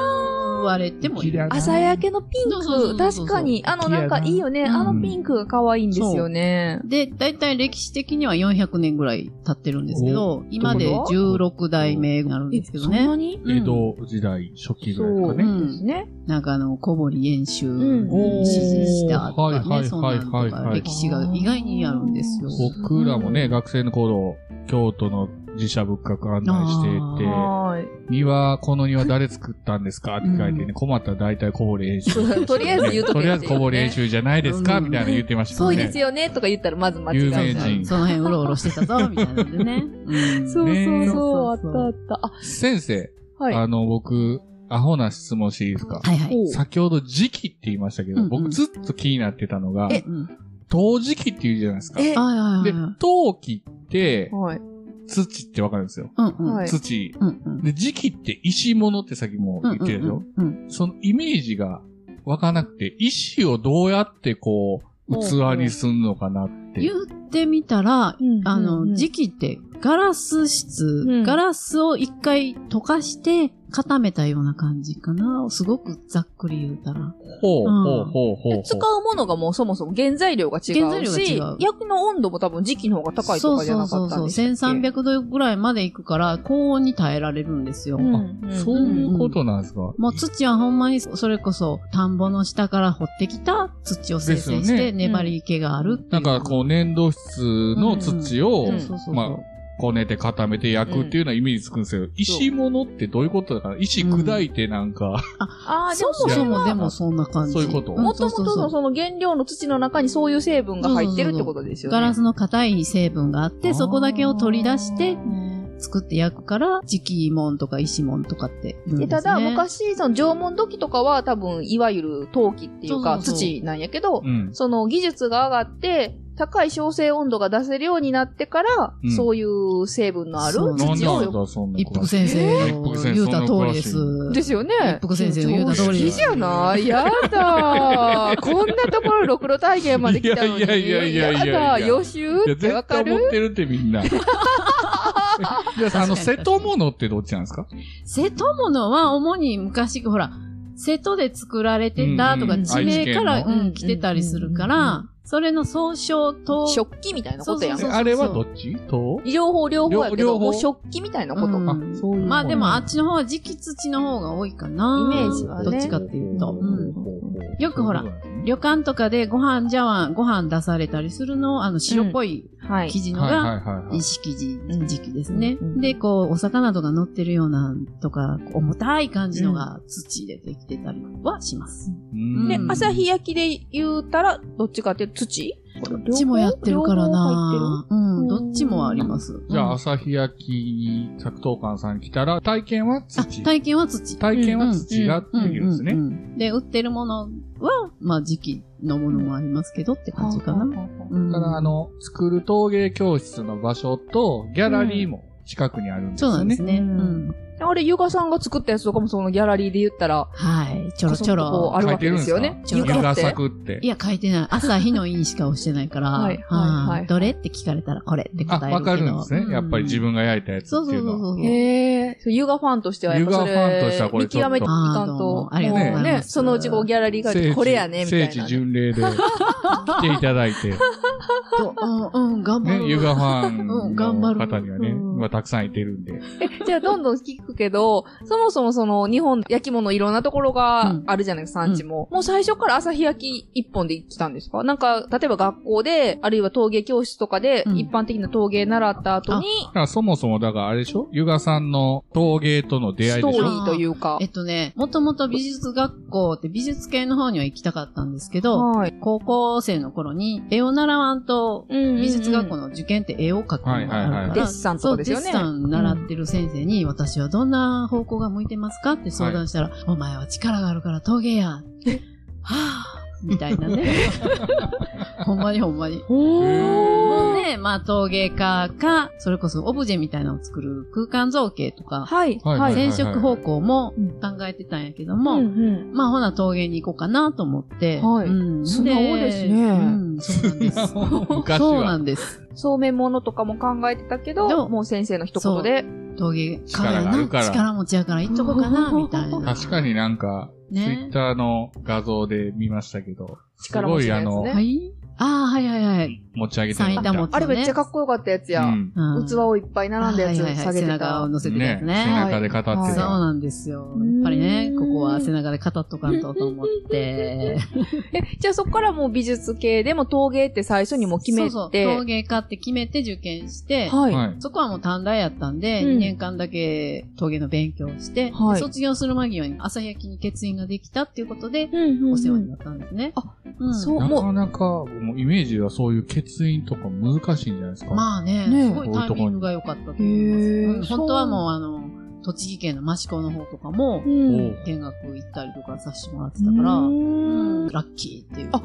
[SPEAKER 5] われてもいい。
[SPEAKER 1] 綺麗だな
[SPEAKER 3] 朝焼けのピン
[SPEAKER 5] そうそうそうそ
[SPEAKER 3] ク、
[SPEAKER 5] う
[SPEAKER 3] 確かに。あの、
[SPEAKER 1] 綺麗
[SPEAKER 3] な
[SPEAKER 1] だ
[SPEAKER 3] ん
[SPEAKER 1] な
[SPEAKER 3] かいいよね。
[SPEAKER 5] うん
[SPEAKER 3] あのピンクが可愛いんですよね。
[SPEAKER 5] で、だいたい歴史的には400年ぐらい経ってるんですけど、今で
[SPEAKER 1] どういうこと
[SPEAKER 5] 16代目になるんですけどね。
[SPEAKER 3] に
[SPEAKER 1] 江戸時代初期ぐらいか
[SPEAKER 5] う
[SPEAKER 1] ね。
[SPEAKER 5] ん
[SPEAKER 3] ですね。
[SPEAKER 5] なんかあの、小堀遠州
[SPEAKER 3] ん
[SPEAKER 5] を支持したとかね、
[SPEAKER 1] おーはいはい
[SPEAKER 5] そんな
[SPEAKER 1] は
[SPEAKER 5] の
[SPEAKER 1] い
[SPEAKER 5] と
[SPEAKER 1] はい
[SPEAKER 5] か、
[SPEAKER 1] はい
[SPEAKER 5] 歴史が意外にあるんですよ。
[SPEAKER 3] お
[SPEAKER 1] 僕らもね、学生の頃、京都の自社仏閣案内していて、
[SPEAKER 3] は
[SPEAKER 1] 庭、この庭誰作ったんですかって書いて
[SPEAKER 5] う
[SPEAKER 1] ね、困ったら大体こぼれ練習。
[SPEAKER 3] い。とりあえず言うと
[SPEAKER 1] と
[SPEAKER 3] く
[SPEAKER 1] りあ
[SPEAKER 3] や
[SPEAKER 1] え
[SPEAKER 3] つ
[SPEAKER 1] ず
[SPEAKER 3] よね
[SPEAKER 1] こぼれ練習じゃないですか
[SPEAKER 5] うん
[SPEAKER 1] みたいなの言ってました
[SPEAKER 3] そ
[SPEAKER 1] も
[SPEAKER 3] うんです
[SPEAKER 1] ね。
[SPEAKER 3] よねとか言ったらまず間違
[SPEAKER 1] 有
[SPEAKER 3] うじゃ
[SPEAKER 1] 名
[SPEAKER 3] ん。
[SPEAKER 1] 人
[SPEAKER 5] その辺うろうろしてたぞ、みたいなんでね。う
[SPEAKER 3] *laughs*
[SPEAKER 5] ん
[SPEAKER 3] そうそう
[SPEAKER 1] ね
[SPEAKER 3] そう、あ
[SPEAKER 5] そう
[SPEAKER 3] ったあった。
[SPEAKER 1] 先生、
[SPEAKER 3] あ、はい。
[SPEAKER 1] あの、僕、アホな質問していいですか
[SPEAKER 5] はいはい。
[SPEAKER 3] お
[SPEAKER 1] 先ほど時期って言いましたけ
[SPEAKER 5] うん
[SPEAKER 1] ど、
[SPEAKER 5] うん
[SPEAKER 1] 僕ずっと気になってたのが、
[SPEAKER 5] うん
[SPEAKER 1] 陶磁器って言うじゃないですか。
[SPEAKER 3] え
[SPEAKER 1] で、
[SPEAKER 5] はいはいはい。
[SPEAKER 1] 陶器って、
[SPEAKER 3] はい。
[SPEAKER 1] 土ってわかるんですよ。
[SPEAKER 5] うんうん。
[SPEAKER 3] はい
[SPEAKER 1] 土。
[SPEAKER 5] うんうん。
[SPEAKER 1] で、時期って石物ってさっきも言ってるでしょ
[SPEAKER 5] うんうんうんうん
[SPEAKER 1] そのイメージがわかなくて、石をどうやってこう、器にすんのかなって。
[SPEAKER 5] 言ってみたら、あの、
[SPEAKER 3] 時
[SPEAKER 5] 時期ってガラス質、
[SPEAKER 3] ん
[SPEAKER 5] ガラスを一回溶かして固めたような感じかな。すごくざっくり言うたら。
[SPEAKER 1] ほう
[SPEAKER 5] う
[SPEAKER 1] ほう
[SPEAKER 5] ん
[SPEAKER 1] ほうほうほう。
[SPEAKER 3] 使うものがもうそもそも原材料が違
[SPEAKER 5] 原
[SPEAKER 3] う
[SPEAKER 5] 材料が
[SPEAKER 3] し、
[SPEAKER 5] 違う
[SPEAKER 3] 焼きの温度も多分時期の方が高いと
[SPEAKER 5] そ
[SPEAKER 3] か
[SPEAKER 5] う
[SPEAKER 3] じゃ
[SPEAKER 5] そ
[SPEAKER 3] なか
[SPEAKER 5] うそ
[SPEAKER 3] っ
[SPEAKER 5] う
[SPEAKER 3] た
[SPEAKER 5] そ
[SPEAKER 3] ん
[SPEAKER 5] う。
[SPEAKER 3] です
[SPEAKER 5] 1300度ぐらいまで行くから、高温に耐えられるんですよ。
[SPEAKER 1] そういうことなんですか、
[SPEAKER 5] もう土はほんまにそれこそ田んぼの下から掘ってきた土を生成
[SPEAKER 1] です
[SPEAKER 5] し
[SPEAKER 1] よね
[SPEAKER 5] て粘り気があるっていう
[SPEAKER 1] なんかこう粘土質の土を、
[SPEAKER 5] うんそうそうそう
[SPEAKER 1] まこねて固めて焼くっていうのはイメージつくんですけど、石物ってどういうことだから、石砕いてなんか、
[SPEAKER 3] ああ、で
[SPEAKER 5] そ
[SPEAKER 3] も
[SPEAKER 5] も
[SPEAKER 3] そ
[SPEAKER 5] そ
[SPEAKER 3] れ
[SPEAKER 5] も
[SPEAKER 3] は
[SPEAKER 5] でもそんな感じ。
[SPEAKER 1] そういうこと
[SPEAKER 5] ん
[SPEAKER 3] もともとのその原料の土の中にそういう成分が入ってるってことですよね。
[SPEAKER 5] ガラスの硬い成分があって、そこだけを取り出して、作って焼くから、磁器門とか石門とかって言うん
[SPEAKER 3] で
[SPEAKER 5] で
[SPEAKER 3] た
[SPEAKER 5] す、ね。
[SPEAKER 3] だ、昔、その縄文土器とかは多分、いわゆる陶器っていうか、
[SPEAKER 5] そうそうそう
[SPEAKER 3] 土なんやけど、
[SPEAKER 1] うん。
[SPEAKER 3] その技術が上がって、高い焼成温度が出せるようになってから、
[SPEAKER 1] うん
[SPEAKER 3] そういう成分のある
[SPEAKER 5] そ
[SPEAKER 1] な
[SPEAKER 5] う
[SPEAKER 1] ん
[SPEAKER 3] 土を
[SPEAKER 1] だ
[SPEAKER 3] よく。
[SPEAKER 1] ろう、そんな
[SPEAKER 5] 一
[SPEAKER 1] こと
[SPEAKER 5] 服先生
[SPEAKER 1] 一
[SPEAKER 5] の
[SPEAKER 1] 服先生
[SPEAKER 5] 言うた通りです
[SPEAKER 1] そ。
[SPEAKER 3] ですよね。
[SPEAKER 5] 一服先生の言うた通り
[SPEAKER 3] 常識じゃないやだーこんなところ、ろくろ体験まで来たのに。
[SPEAKER 1] いやいやいやいやいや
[SPEAKER 3] だー予習っ
[SPEAKER 1] い
[SPEAKER 3] て
[SPEAKER 1] や、絶
[SPEAKER 3] わか
[SPEAKER 1] 対
[SPEAKER 3] る
[SPEAKER 1] 思ってるってみん
[SPEAKER 5] *laughs*
[SPEAKER 1] な。いや、あの、
[SPEAKER 5] 確かに
[SPEAKER 1] 瀬戸物ってどっちなんですか
[SPEAKER 5] 瀬戸物は主に昔、ほら、瀬戸で作られてたと
[SPEAKER 1] う
[SPEAKER 5] か、
[SPEAKER 1] んうん
[SPEAKER 5] 地名から、
[SPEAKER 1] 愛知
[SPEAKER 5] う
[SPEAKER 3] 県の
[SPEAKER 5] ん、来てたりするか
[SPEAKER 3] うんうんうんう
[SPEAKER 5] ら、それの総称と、
[SPEAKER 3] 食器みたいなことやん
[SPEAKER 5] そうそう。そう
[SPEAKER 1] あれはどっちと
[SPEAKER 3] 両方両方やけ
[SPEAKER 1] 両両方
[SPEAKER 3] ど、もう食器みたいなこと
[SPEAKER 5] う
[SPEAKER 3] か。
[SPEAKER 5] ん
[SPEAKER 1] あ、そういう。
[SPEAKER 5] まあでもあっちの方は磁器土の方が多いかな。
[SPEAKER 3] イメージはね
[SPEAKER 5] どっちかっていうと。うん
[SPEAKER 6] ん
[SPEAKER 5] よくほら
[SPEAKER 1] そういう、ことなんですね
[SPEAKER 5] 旅館とかでご飯茶碗、ご飯出されたりするの、あの白っぽい
[SPEAKER 3] はい。
[SPEAKER 5] 生地の
[SPEAKER 1] はいは
[SPEAKER 5] が、
[SPEAKER 1] いはいはい。
[SPEAKER 5] 石生地
[SPEAKER 3] う、ん
[SPEAKER 5] 時期ですね
[SPEAKER 3] う。ん
[SPEAKER 5] で、こう、お魚とか乗ってるような、とか、こう重たい感じのが土でできてたりはします。
[SPEAKER 1] うん
[SPEAKER 3] で
[SPEAKER 5] う、ん
[SPEAKER 3] 朝日焼きで言うたら、どっちかっていうと土
[SPEAKER 5] どっちもやってるからなうん、
[SPEAKER 3] 両方入ってる
[SPEAKER 5] どっちもあります。
[SPEAKER 1] じゃ
[SPEAKER 5] う
[SPEAKER 1] あ、
[SPEAKER 5] ん
[SPEAKER 1] 朝日焼きに作東館さん来たら、体験は
[SPEAKER 5] あ
[SPEAKER 1] 土。
[SPEAKER 5] 体験は土。
[SPEAKER 1] 体験は土がっていうんですね
[SPEAKER 5] う。んうんで、売ってるものは、まあ、時期のものもありますけどって感じかな。うん
[SPEAKER 1] ただ、あ、の、作る陶芸教室の場所と、ギャラリーも近くにあるんです
[SPEAKER 5] そうな
[SPEAKER 1] よ
[SPEAKER 5] んで
[SPEAKER 1] ね
[SPEAKER 5] す。ね。う
[SPEAKER 3] うん
[SPEAKER 5] ん。
[SPEAKER 3] あれ、ゆかさんが作ったやつとかもそのギャラリーで言ったら、
[SPEAKER 5] はい。ちょろちょ
[SPEAKER 3] こそここあ
[SPEAKER 5] ろ。
[SPEAKER 3] るわけですよね。
[SPEAKER 1] 書いてるんですか
[SPEAKER 3] 床
[SPEAKER 1] 床
[SPEAKER 3] って。
[SPEAKER 1] 作って
[SPEAKER 5] い。や、書いてない。朝日の印しか押してないから。
[SPEAKER 3] *laughs* はいはいはい
[SPEAKER 5] うんどれって聞かれたら、これって
[SPEAKER 1] あ、
[SPEAKER 5] 答えるけど。
[SPEAKER 1] わかるんですね。やっぱり自分が焼いたやつって
[SPEAKER 5] そうそ
[SPEAKER 1] いうう
[SPEAKER 5] そう
[SPEAKER 1] のは。
[SPEAKER 5] そう。
[SPEAKER 3] へえ。そうユガファンとしてはやっぱそれ、
[SPEAKER 1] ユガファンとしてはこれ
[SPEAKER 3] 見
[SPEAKER 1] ちょっと
[SPEAKER 3] 極めていかん
[SPEAKER 5] あーどう
[SPEAKER 3] と
[SPEAKER 5] も。ありが
[SPEAKER 1] とうござい
[SPEAKER 3] も
[SPEAKER 1] ま
[SPEAKER 3] う
[SPEAKER 1] す
[SPEAKER 3] ね、そのうちこうギャラリーが、
[SPEAKER 1] 聖地
[SPEAKER 3] これやね、みた
[SPEAKER 1] 聖
[SPEAKER 3] いな
[SPEAKER 1] 地
[SPEAKER 3] ね。
[SPEAKER 1] 巡
[SPEAKER 5] *laughs*
[SPEAKER 1] 礼で来ていただいて、
[SPEAKER 5] とうん、うん、頑張
[SPEAKER 1] ね、
[SPEAKER 5] る。
[SPEAKER 1] ユガファン
[SPEAKER 5] うん頑張
[SPEAKER 1] の
[SPEAKER 5] る
[SPEAKER 1] 方にはね、
[SPEAKER 5] うん
[SPEAKER 1] 今たくさんいてるんで。
[SPEAKER 3] え *laughs* じゃあ、どんどん聞くけど、そもそもその、日本焼き物いろんなところがあるじゃないですか、産地も。もう最初から朝日焼き一本で来たんですかなんか、例えば学校で、あるいは陶芸教室とかで、
[SPEAKER 5] うん
[SPEAKER 3] 一般的な陶芸習った後に、
[SPEAKER 1] だからそもそも、だからあれでしょユガさんの陶芸との出会い
[SPEAKER 3] スト
[SPEAKER 1] で
[SPEAKER 3] ー
[SPEAKER 1] し
[SPEAKER 3] リ
[SPEAKER 1] ょ
[SPEAKER 3] ーというか
[SPEAKER 5] え。っとね、もともと美術学校って美術系の方には行きたかったんですけど、
[SPEAKER 3] はい。
[SPEAKER 5] 高校生の頃に絵を習わんと、美
[SPEAKER 3] 美
[SPEAKER 5] 術学校の受験って絵を描くのがあるから、
[SPEAKER 1] はいはいはい
[SPEAKER 3] デッサンと
[SPEAKER 5] そ
[SPEAKER 3] か
[SPEAKER 5] う、
[SPEAKER 3] で
[SPEAKER 5] デ
[SPEAKER 3] すよ
[SPEAKER 5] ッ
[SPEAKER 3] ね。
[SPEAKER 5] サン習ってる先生に、私はどんな方向が向いてますかって相談したら、お前は力があるから陶芸や。はぁ、みたい
[SPEAKER 3] *laughs*
[SPEAKER 5] なね。ほんまにほんまに。もうね、まあ陶芸家か、それこそオブジェみたいなのを作る空間造形とか、
[SPEAKER 3] はい。
[SPEAKER 1] はい
[SPEAKER 3] はい。
[SPEAKER 5] 染色方向も考えてたんやけども、
[SPEAKER 3] ん
[SPEAKER 5] まあほな陶芸に行こうかなと思って、
[SPEAKER 3] はい
[SPEAKER 5] うん
[SPEAKER 3] 素直ですね
[SPEAKER 5] うん、そうな
[SPEAKER 3] *laughs*
[SPEAKER 5] んです。
[SPEAKER 1] 昔
[SPEAKER 5] そうな
[SPEAKER 1] は。
[SPEAKER 5] んです。
[SPEAKER 3] そうめんものとかも考えてたけ
[SPEAKER 5] で
[SPEAKER 3] ど、
[SPEAKER 5] も
[SPEAKER 3] もう先生の一言で、
[SPEAKER 5] 陶芸家や
[SPEAKER 1] 力があるか
[SPEAKER 5] な、
[SPEAKER 1] ら
[SPEAKER 5] 力持ちやから行っとこうかな、みたいな。
[SPEAKER 1] *laughs* 確かになんか、ツイ
[SPEAKER 5] ね
[SPEAKER 1] ッターの画像で見ましたけど、す
[SPEAKER 3] 力持
[SPEAKER 1] ご
[SPEAKER 3] ち
[SPEAKER 1] い
[SPEAKER 3] の
[SPEAKER 1] あ
[SPEAKER 3] やつ
[SPEAKER 1] の、
[SPEAKER 3] ね。
[SPEAKER 5] はい。ああ、はいはいはい。
[SPEAKER 1] 持ち上げて
[SPEAKER 5] 埼玉
[SPEAKER 3] あれめっちゃかっこよかったやつや
[SPEAKER 1] う。ん
[SPEAKER 5] うん
[SPEAKER 3] 器をいっぱい並んだや
[SPEAKER 5] はいはい
[SPEAKER 3] つ
[SPEAKER 5] はい
[SPEAKER 3] 下げ
[SPEAKER 5] 背
[SPEAKER 3] て
[SPEAKER 5] 中を
[SPEAKER 3] た。
[SPEAKER 5] 乗せてたや
[SPEAKER 1] ね
[SPEAKER 5] つ
[SPEAKER 1] 背
[SPEAKER 5] ね。
[SPEAKER 1] 中で語って
[SPEAKER 5] そう
[SPEAKER 1] た。
[SPEAKER 5] なんですよ。やっぱりね、ここは背中で語っとかんとと思っ
[SPEAKER 3] え、
[SPEAKER 5] て。
[SPEAKER 3] *laughs* じゃあそこからもう美術系でも陶芸って最初にもう決めて。
[SPEAKER 5] そうそう陶芸家って決めて受験して、
[SPEAKER 3] はい。
[SPEAKER 1] はい。
[SPEAKER 5] そこはもう短大やったんで、
[SPEAKER 3] うん
[SPEAKER 5] 2年間だけ陶芸の勉強をして、
[SPEAKER 3] はい
[SPEAKER 5] 卒業する間際に朝焼きに欠員ができたっていうことで、
[SPEAKER 3] うん
[SPEAKER 5] お世話になったんですね。
[SPEAKER 3] あ、
[SPEAKER 5] うん、
[SPEAKER 3] そう、
[SPEAKER 1] な
[SPEAKER 3] も
[SPEAKER 1] かなか、もうイメージはそういう欠員とか難しいんじゃないですか。
[SPEAKER 5] まあね、
[SPEAKER 3] ねえ
[SPEAKER 5] すごいタイミングが良かったと思います。
[SPEAKER 3] へえ
[SPEAKER 5] うん本当はもうあの、栃木県の益子の方とかも
[SPEAKER 3] う、、うん。
[SPEAKER 5] 見学行ったりとかさせてもらってたから、うんラッキーっていう。
[SPEAKER 3] あ、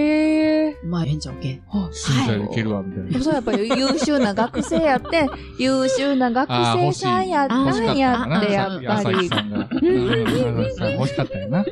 [SPEAKER 3] へえ。
[SPEAKER 5] まあ、返事 OK。
[SPEAKER 3] は
[SPEAKER 1] 信者でいけるわ、みたいな。
[SPEAKER 3] そうやっぱり優秀な学生や
[SPEAKER 5] *laughs*
[SPEAKER 3] って、優秀な学生さんやっ
[SPEAKER 5] あ
[SPEAKER 3] た
[SPEAKER 5] 欲しい
[SPEAKER 3] んやっ
[SPEAKER 5] 欲
[SPEAKER 3] て、
[SPEAKER 5] し
[SPEAKER 3] や
[SPEAKER 5] か
[SPEAKER 3] っ
[SPEAKER 5] った
[SPEAKER 3] ぱ
[SPEAKER 1] 朝日
[SPEAKER 3] り。
[SPEAKER 1] さんが。うん朝日さん欲しかったよな。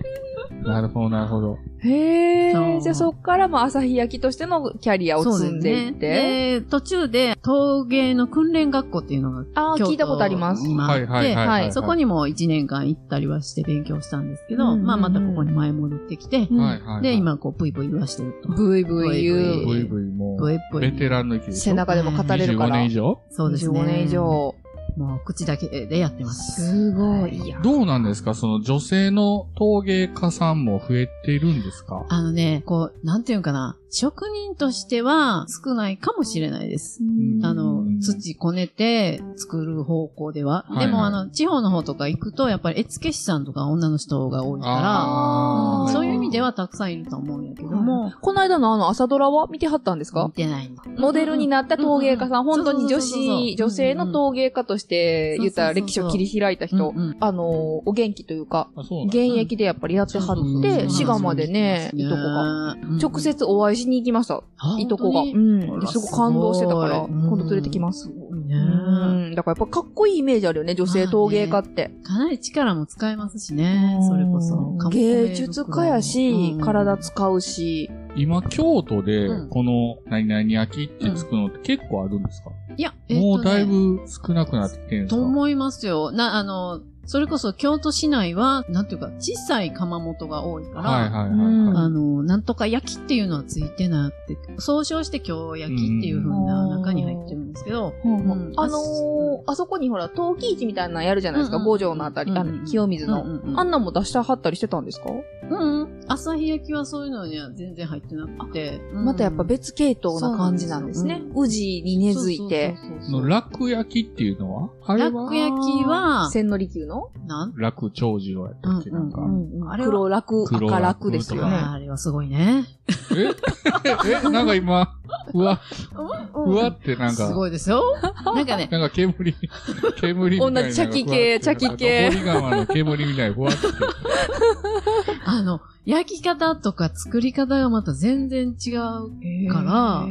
[SPEAKER 1] なるほど、なるほど。
[SPEAKER 3] へ
[SPEAKER 5] そ
[SPEAKER 3] え。
[SPEAKER 5] う
[SPEAKER 3] じゃあそっからもう朝日焼きとしてのキャリアを積んでいって。
[SPEAKER 5] で、途中で陶芸の訓練学校っていうのが、
[SPEAKER 3] ああ、
[SPEAKER 5] 京都
[SPEAKER 3] 聞いたことあります。
[SPEAKER 5] にもあって
[SPEAKER 3] はい
[SPEAKER 5] そこにも1年間行ったりはして勉強したんですけ
[SPEAKER 3] うん
[SPEAKER 5] ど、
[SPEAKER 3] うんうん
[SPEAKER 5] まあまたここに前戻ってきて、
[SPEAKER 3] うん
[SPEAKER 1] はいはいはい
[SPEAKER 5] で、、今こう、ブイブイ言わしてると。
[SPEAKER 3] ブイブイ言う。
[SPEAKER 1] ブイブイも
[SPEAKER 5] ブイ
[SPEAKER 1] う、
[SPEAKER 5] ブイ
[SPEAKER 1] ベテランの域でし
[SPEAKER 3] 背
[SPEAKER 1] ょ
[SPEAKER 3] 中でも語れるか
[SPEAKER 1] 25
[SPEAKER 3] ら。
[SPEAKER 1] 年以上
[SPEAKER 5] そうですね。
[SPEAKER 3] 25年以。上。
[SPEAKER 5] もう口だけでやってます。
[SPEAKER 3] すご
[SPEAKER 5] はい
[SPEAKER 3] い。いや。
[SPEAKER 1] どうなんですかその女性の陶芸家さんも増えているんですか
[SPEAKER 5] あのね、こう、なんていうんかな、職人としては少ないかもしれないです。あの、
[SPEAKER 1] うん
[SPEAKER 5] 土こねて作る方向では。
[SPEAKER 1] はい
[SPEAKER 5] でも、
[SPEAKER 1] はい
[SPEAKER 5] あの、地方の方とか行くと、やっぱり絵付け師さんとか女の人が多いか
[SPEAKER 1] あ
[SPEAKER 5] ら、
[SPEAKER 1] ー
[SPEAKER 5] そういう意味ではたくさんいると思うんやけども、
[SPEAKER 3] この間のあの朝ドラは見てはったんです
[SPEAKER 5] 見
[SPEAKER 3] か
[SPEAKER 5] てないんだ。
[SPEAKER 3] モデルになった陶芸家さん、
[SPEAKER 5] うんう
[SPEAKER 3] 本
[SPEAKER 5] ん
[SPEAKER 3] 当に女
[SPEAKER 5] そうそうそうそう
[SPEAKER 3] 子、女性の陶芸家として、言ったら歴史を切り開いた人
[SPEAKER 5] うん、うん
[SPEAKER 3] あの、お元気というか、
[SPEAKER 1] あそうなんだ
[SPEAKER 3] 現役でやっぱりやっては
[SPEAKER 1] うんそ
[SPEAKER 3] っ
[SPEAKER 1] うそう
[SPEAKER 3] て
[SPEAKER 1] そう、
[SPEAKER 3] 滋賀までね、いとこが。
[SPEAKER 5] が。
[SPEAKER 3] 直接お会いしに行きました、いとこが。うん。ですごい感動してたから、
[SPEAKER 5] すごいうん
[SPEAKER 3] 今度連れてきます。
[SPEAKER 5] ね
[SPEAKER 3] うん。だからやっぱかっこいいイメージあるよね、女性陶芸家って。
[SPEAKER 5] かなり力も使えますしね、それこそ。かも
[SPEAKER 3] 芸術家やし
[SPEAKER 5] うん、
[SPEAKER 3] 体使うし。
[SPEAKER 1] 今、京都で
[SPEAKER 5] う、ん
[SPEAKER 1] この、何々焼きってつくのって結構あるんですか、
[SPEAKER 5] いや、
[SPEAKER 1] も
[SPEAKER 5] えっと
[SPEAKER 1] う
[SPEAKER 5] ね
[SPEAKER 1] だいぶ少なくなってきてるんですか
[SPEAKER 5] と思いますよ。な、あの、それこそ京都市内は、なんていうか、小さい窯元が多いから、
[SPEAKER 1] はいはいはい、
[SPEAKER 3] うん
[SPEAKER 1] はい
[SPEAKER 5] あの、なんとか焼きっていうのはついてなくて、総称して京焼きっていう風な中に入ってるんですけど、ん
[SPEAKER 3] あのー、あそこにほら、陶器市みたいなのやるじゃないですか、
[SPEAKER 5] うんうん
[SPEAKER 3] 五条のあたり、あ
[SPEAKER 5] うんう
[SPEAKER 3] の、
[SPEAKER 5] ん
[SPEAKER 3] 清水
[SPEAKER 5] うん
[SPEAKER 3] の。
[SPEAKER 5] うんうん
[SPEAKER 3] あんなも出したはったりしてたんですか
[SPEAKER 5] うんうん。朝日焼きはそういうのには全然入ってなくて。うん
[SPEAKER 3] またやっぱ別系統な感じなんですね。宇治に根付いて。。
[SPEAKER 5] そうそうそ
[SPEAKER 1] そ
[SPEAKER 5] う
[SPEAKER 1] の楽焼きっていうのはあれ
[SPEAKER 5] 楽
[SPEAKER 1] は
[SPEAKER 5] 焼きは、
[SPEAKER 3] 千利休の
[SPEAKER 5] なん
[SPEAKER 1] 楽長寿郎やったっけ、
[SPEAKER 5] うんうんうん
[SPEAKER 1] なんか。
[SPEAKER 5] あれは
[SPEAKER 3] 黒楽、
[SPEAKER 1] 黒
[SPEAKER 3] 赤
[SPEAKER 1] 楽
[SPEAKER 3] 楽ですよ
[SPEAKER 1] と
[SPEAKER 3] ね。
[SPEAKER 1] か
[SPEAKER 5] あれはすごいね。
[SPEAKER 1] ええ *laughs* なんか今、うわ、
[SPEAKER 5] う
[SPEAKER 1] うわってなん
[SPEAKER 5] す
[SPEAKER 1] か、
[SPEAKER 5] ごい
[SPEAKER 1] *laughs*
[SPEAKER 5] ですよ。なんかね、
[SPEAKER 1] なんか
[SPEAKER 5] *laughs*
[SPEAKER 1] 煙、煙みたいなのが。
[SPEAKER 3] 同じ茶器
[SPEAKER 1] ふわ
[SPEAKER 3] 系
[SPEAKER 1] って
[SPEAKER 3] 茶器
[SPEAKER 1] な
[SPEAKER 3] 系
[SPEAKER 1] んか森川の煙みたいにふわ
[SPEAKER 5] *laughs*
[SPEAKER 1] って。
[SPEAKER 5] あの、焼き方とか作り方がまた全然違う。から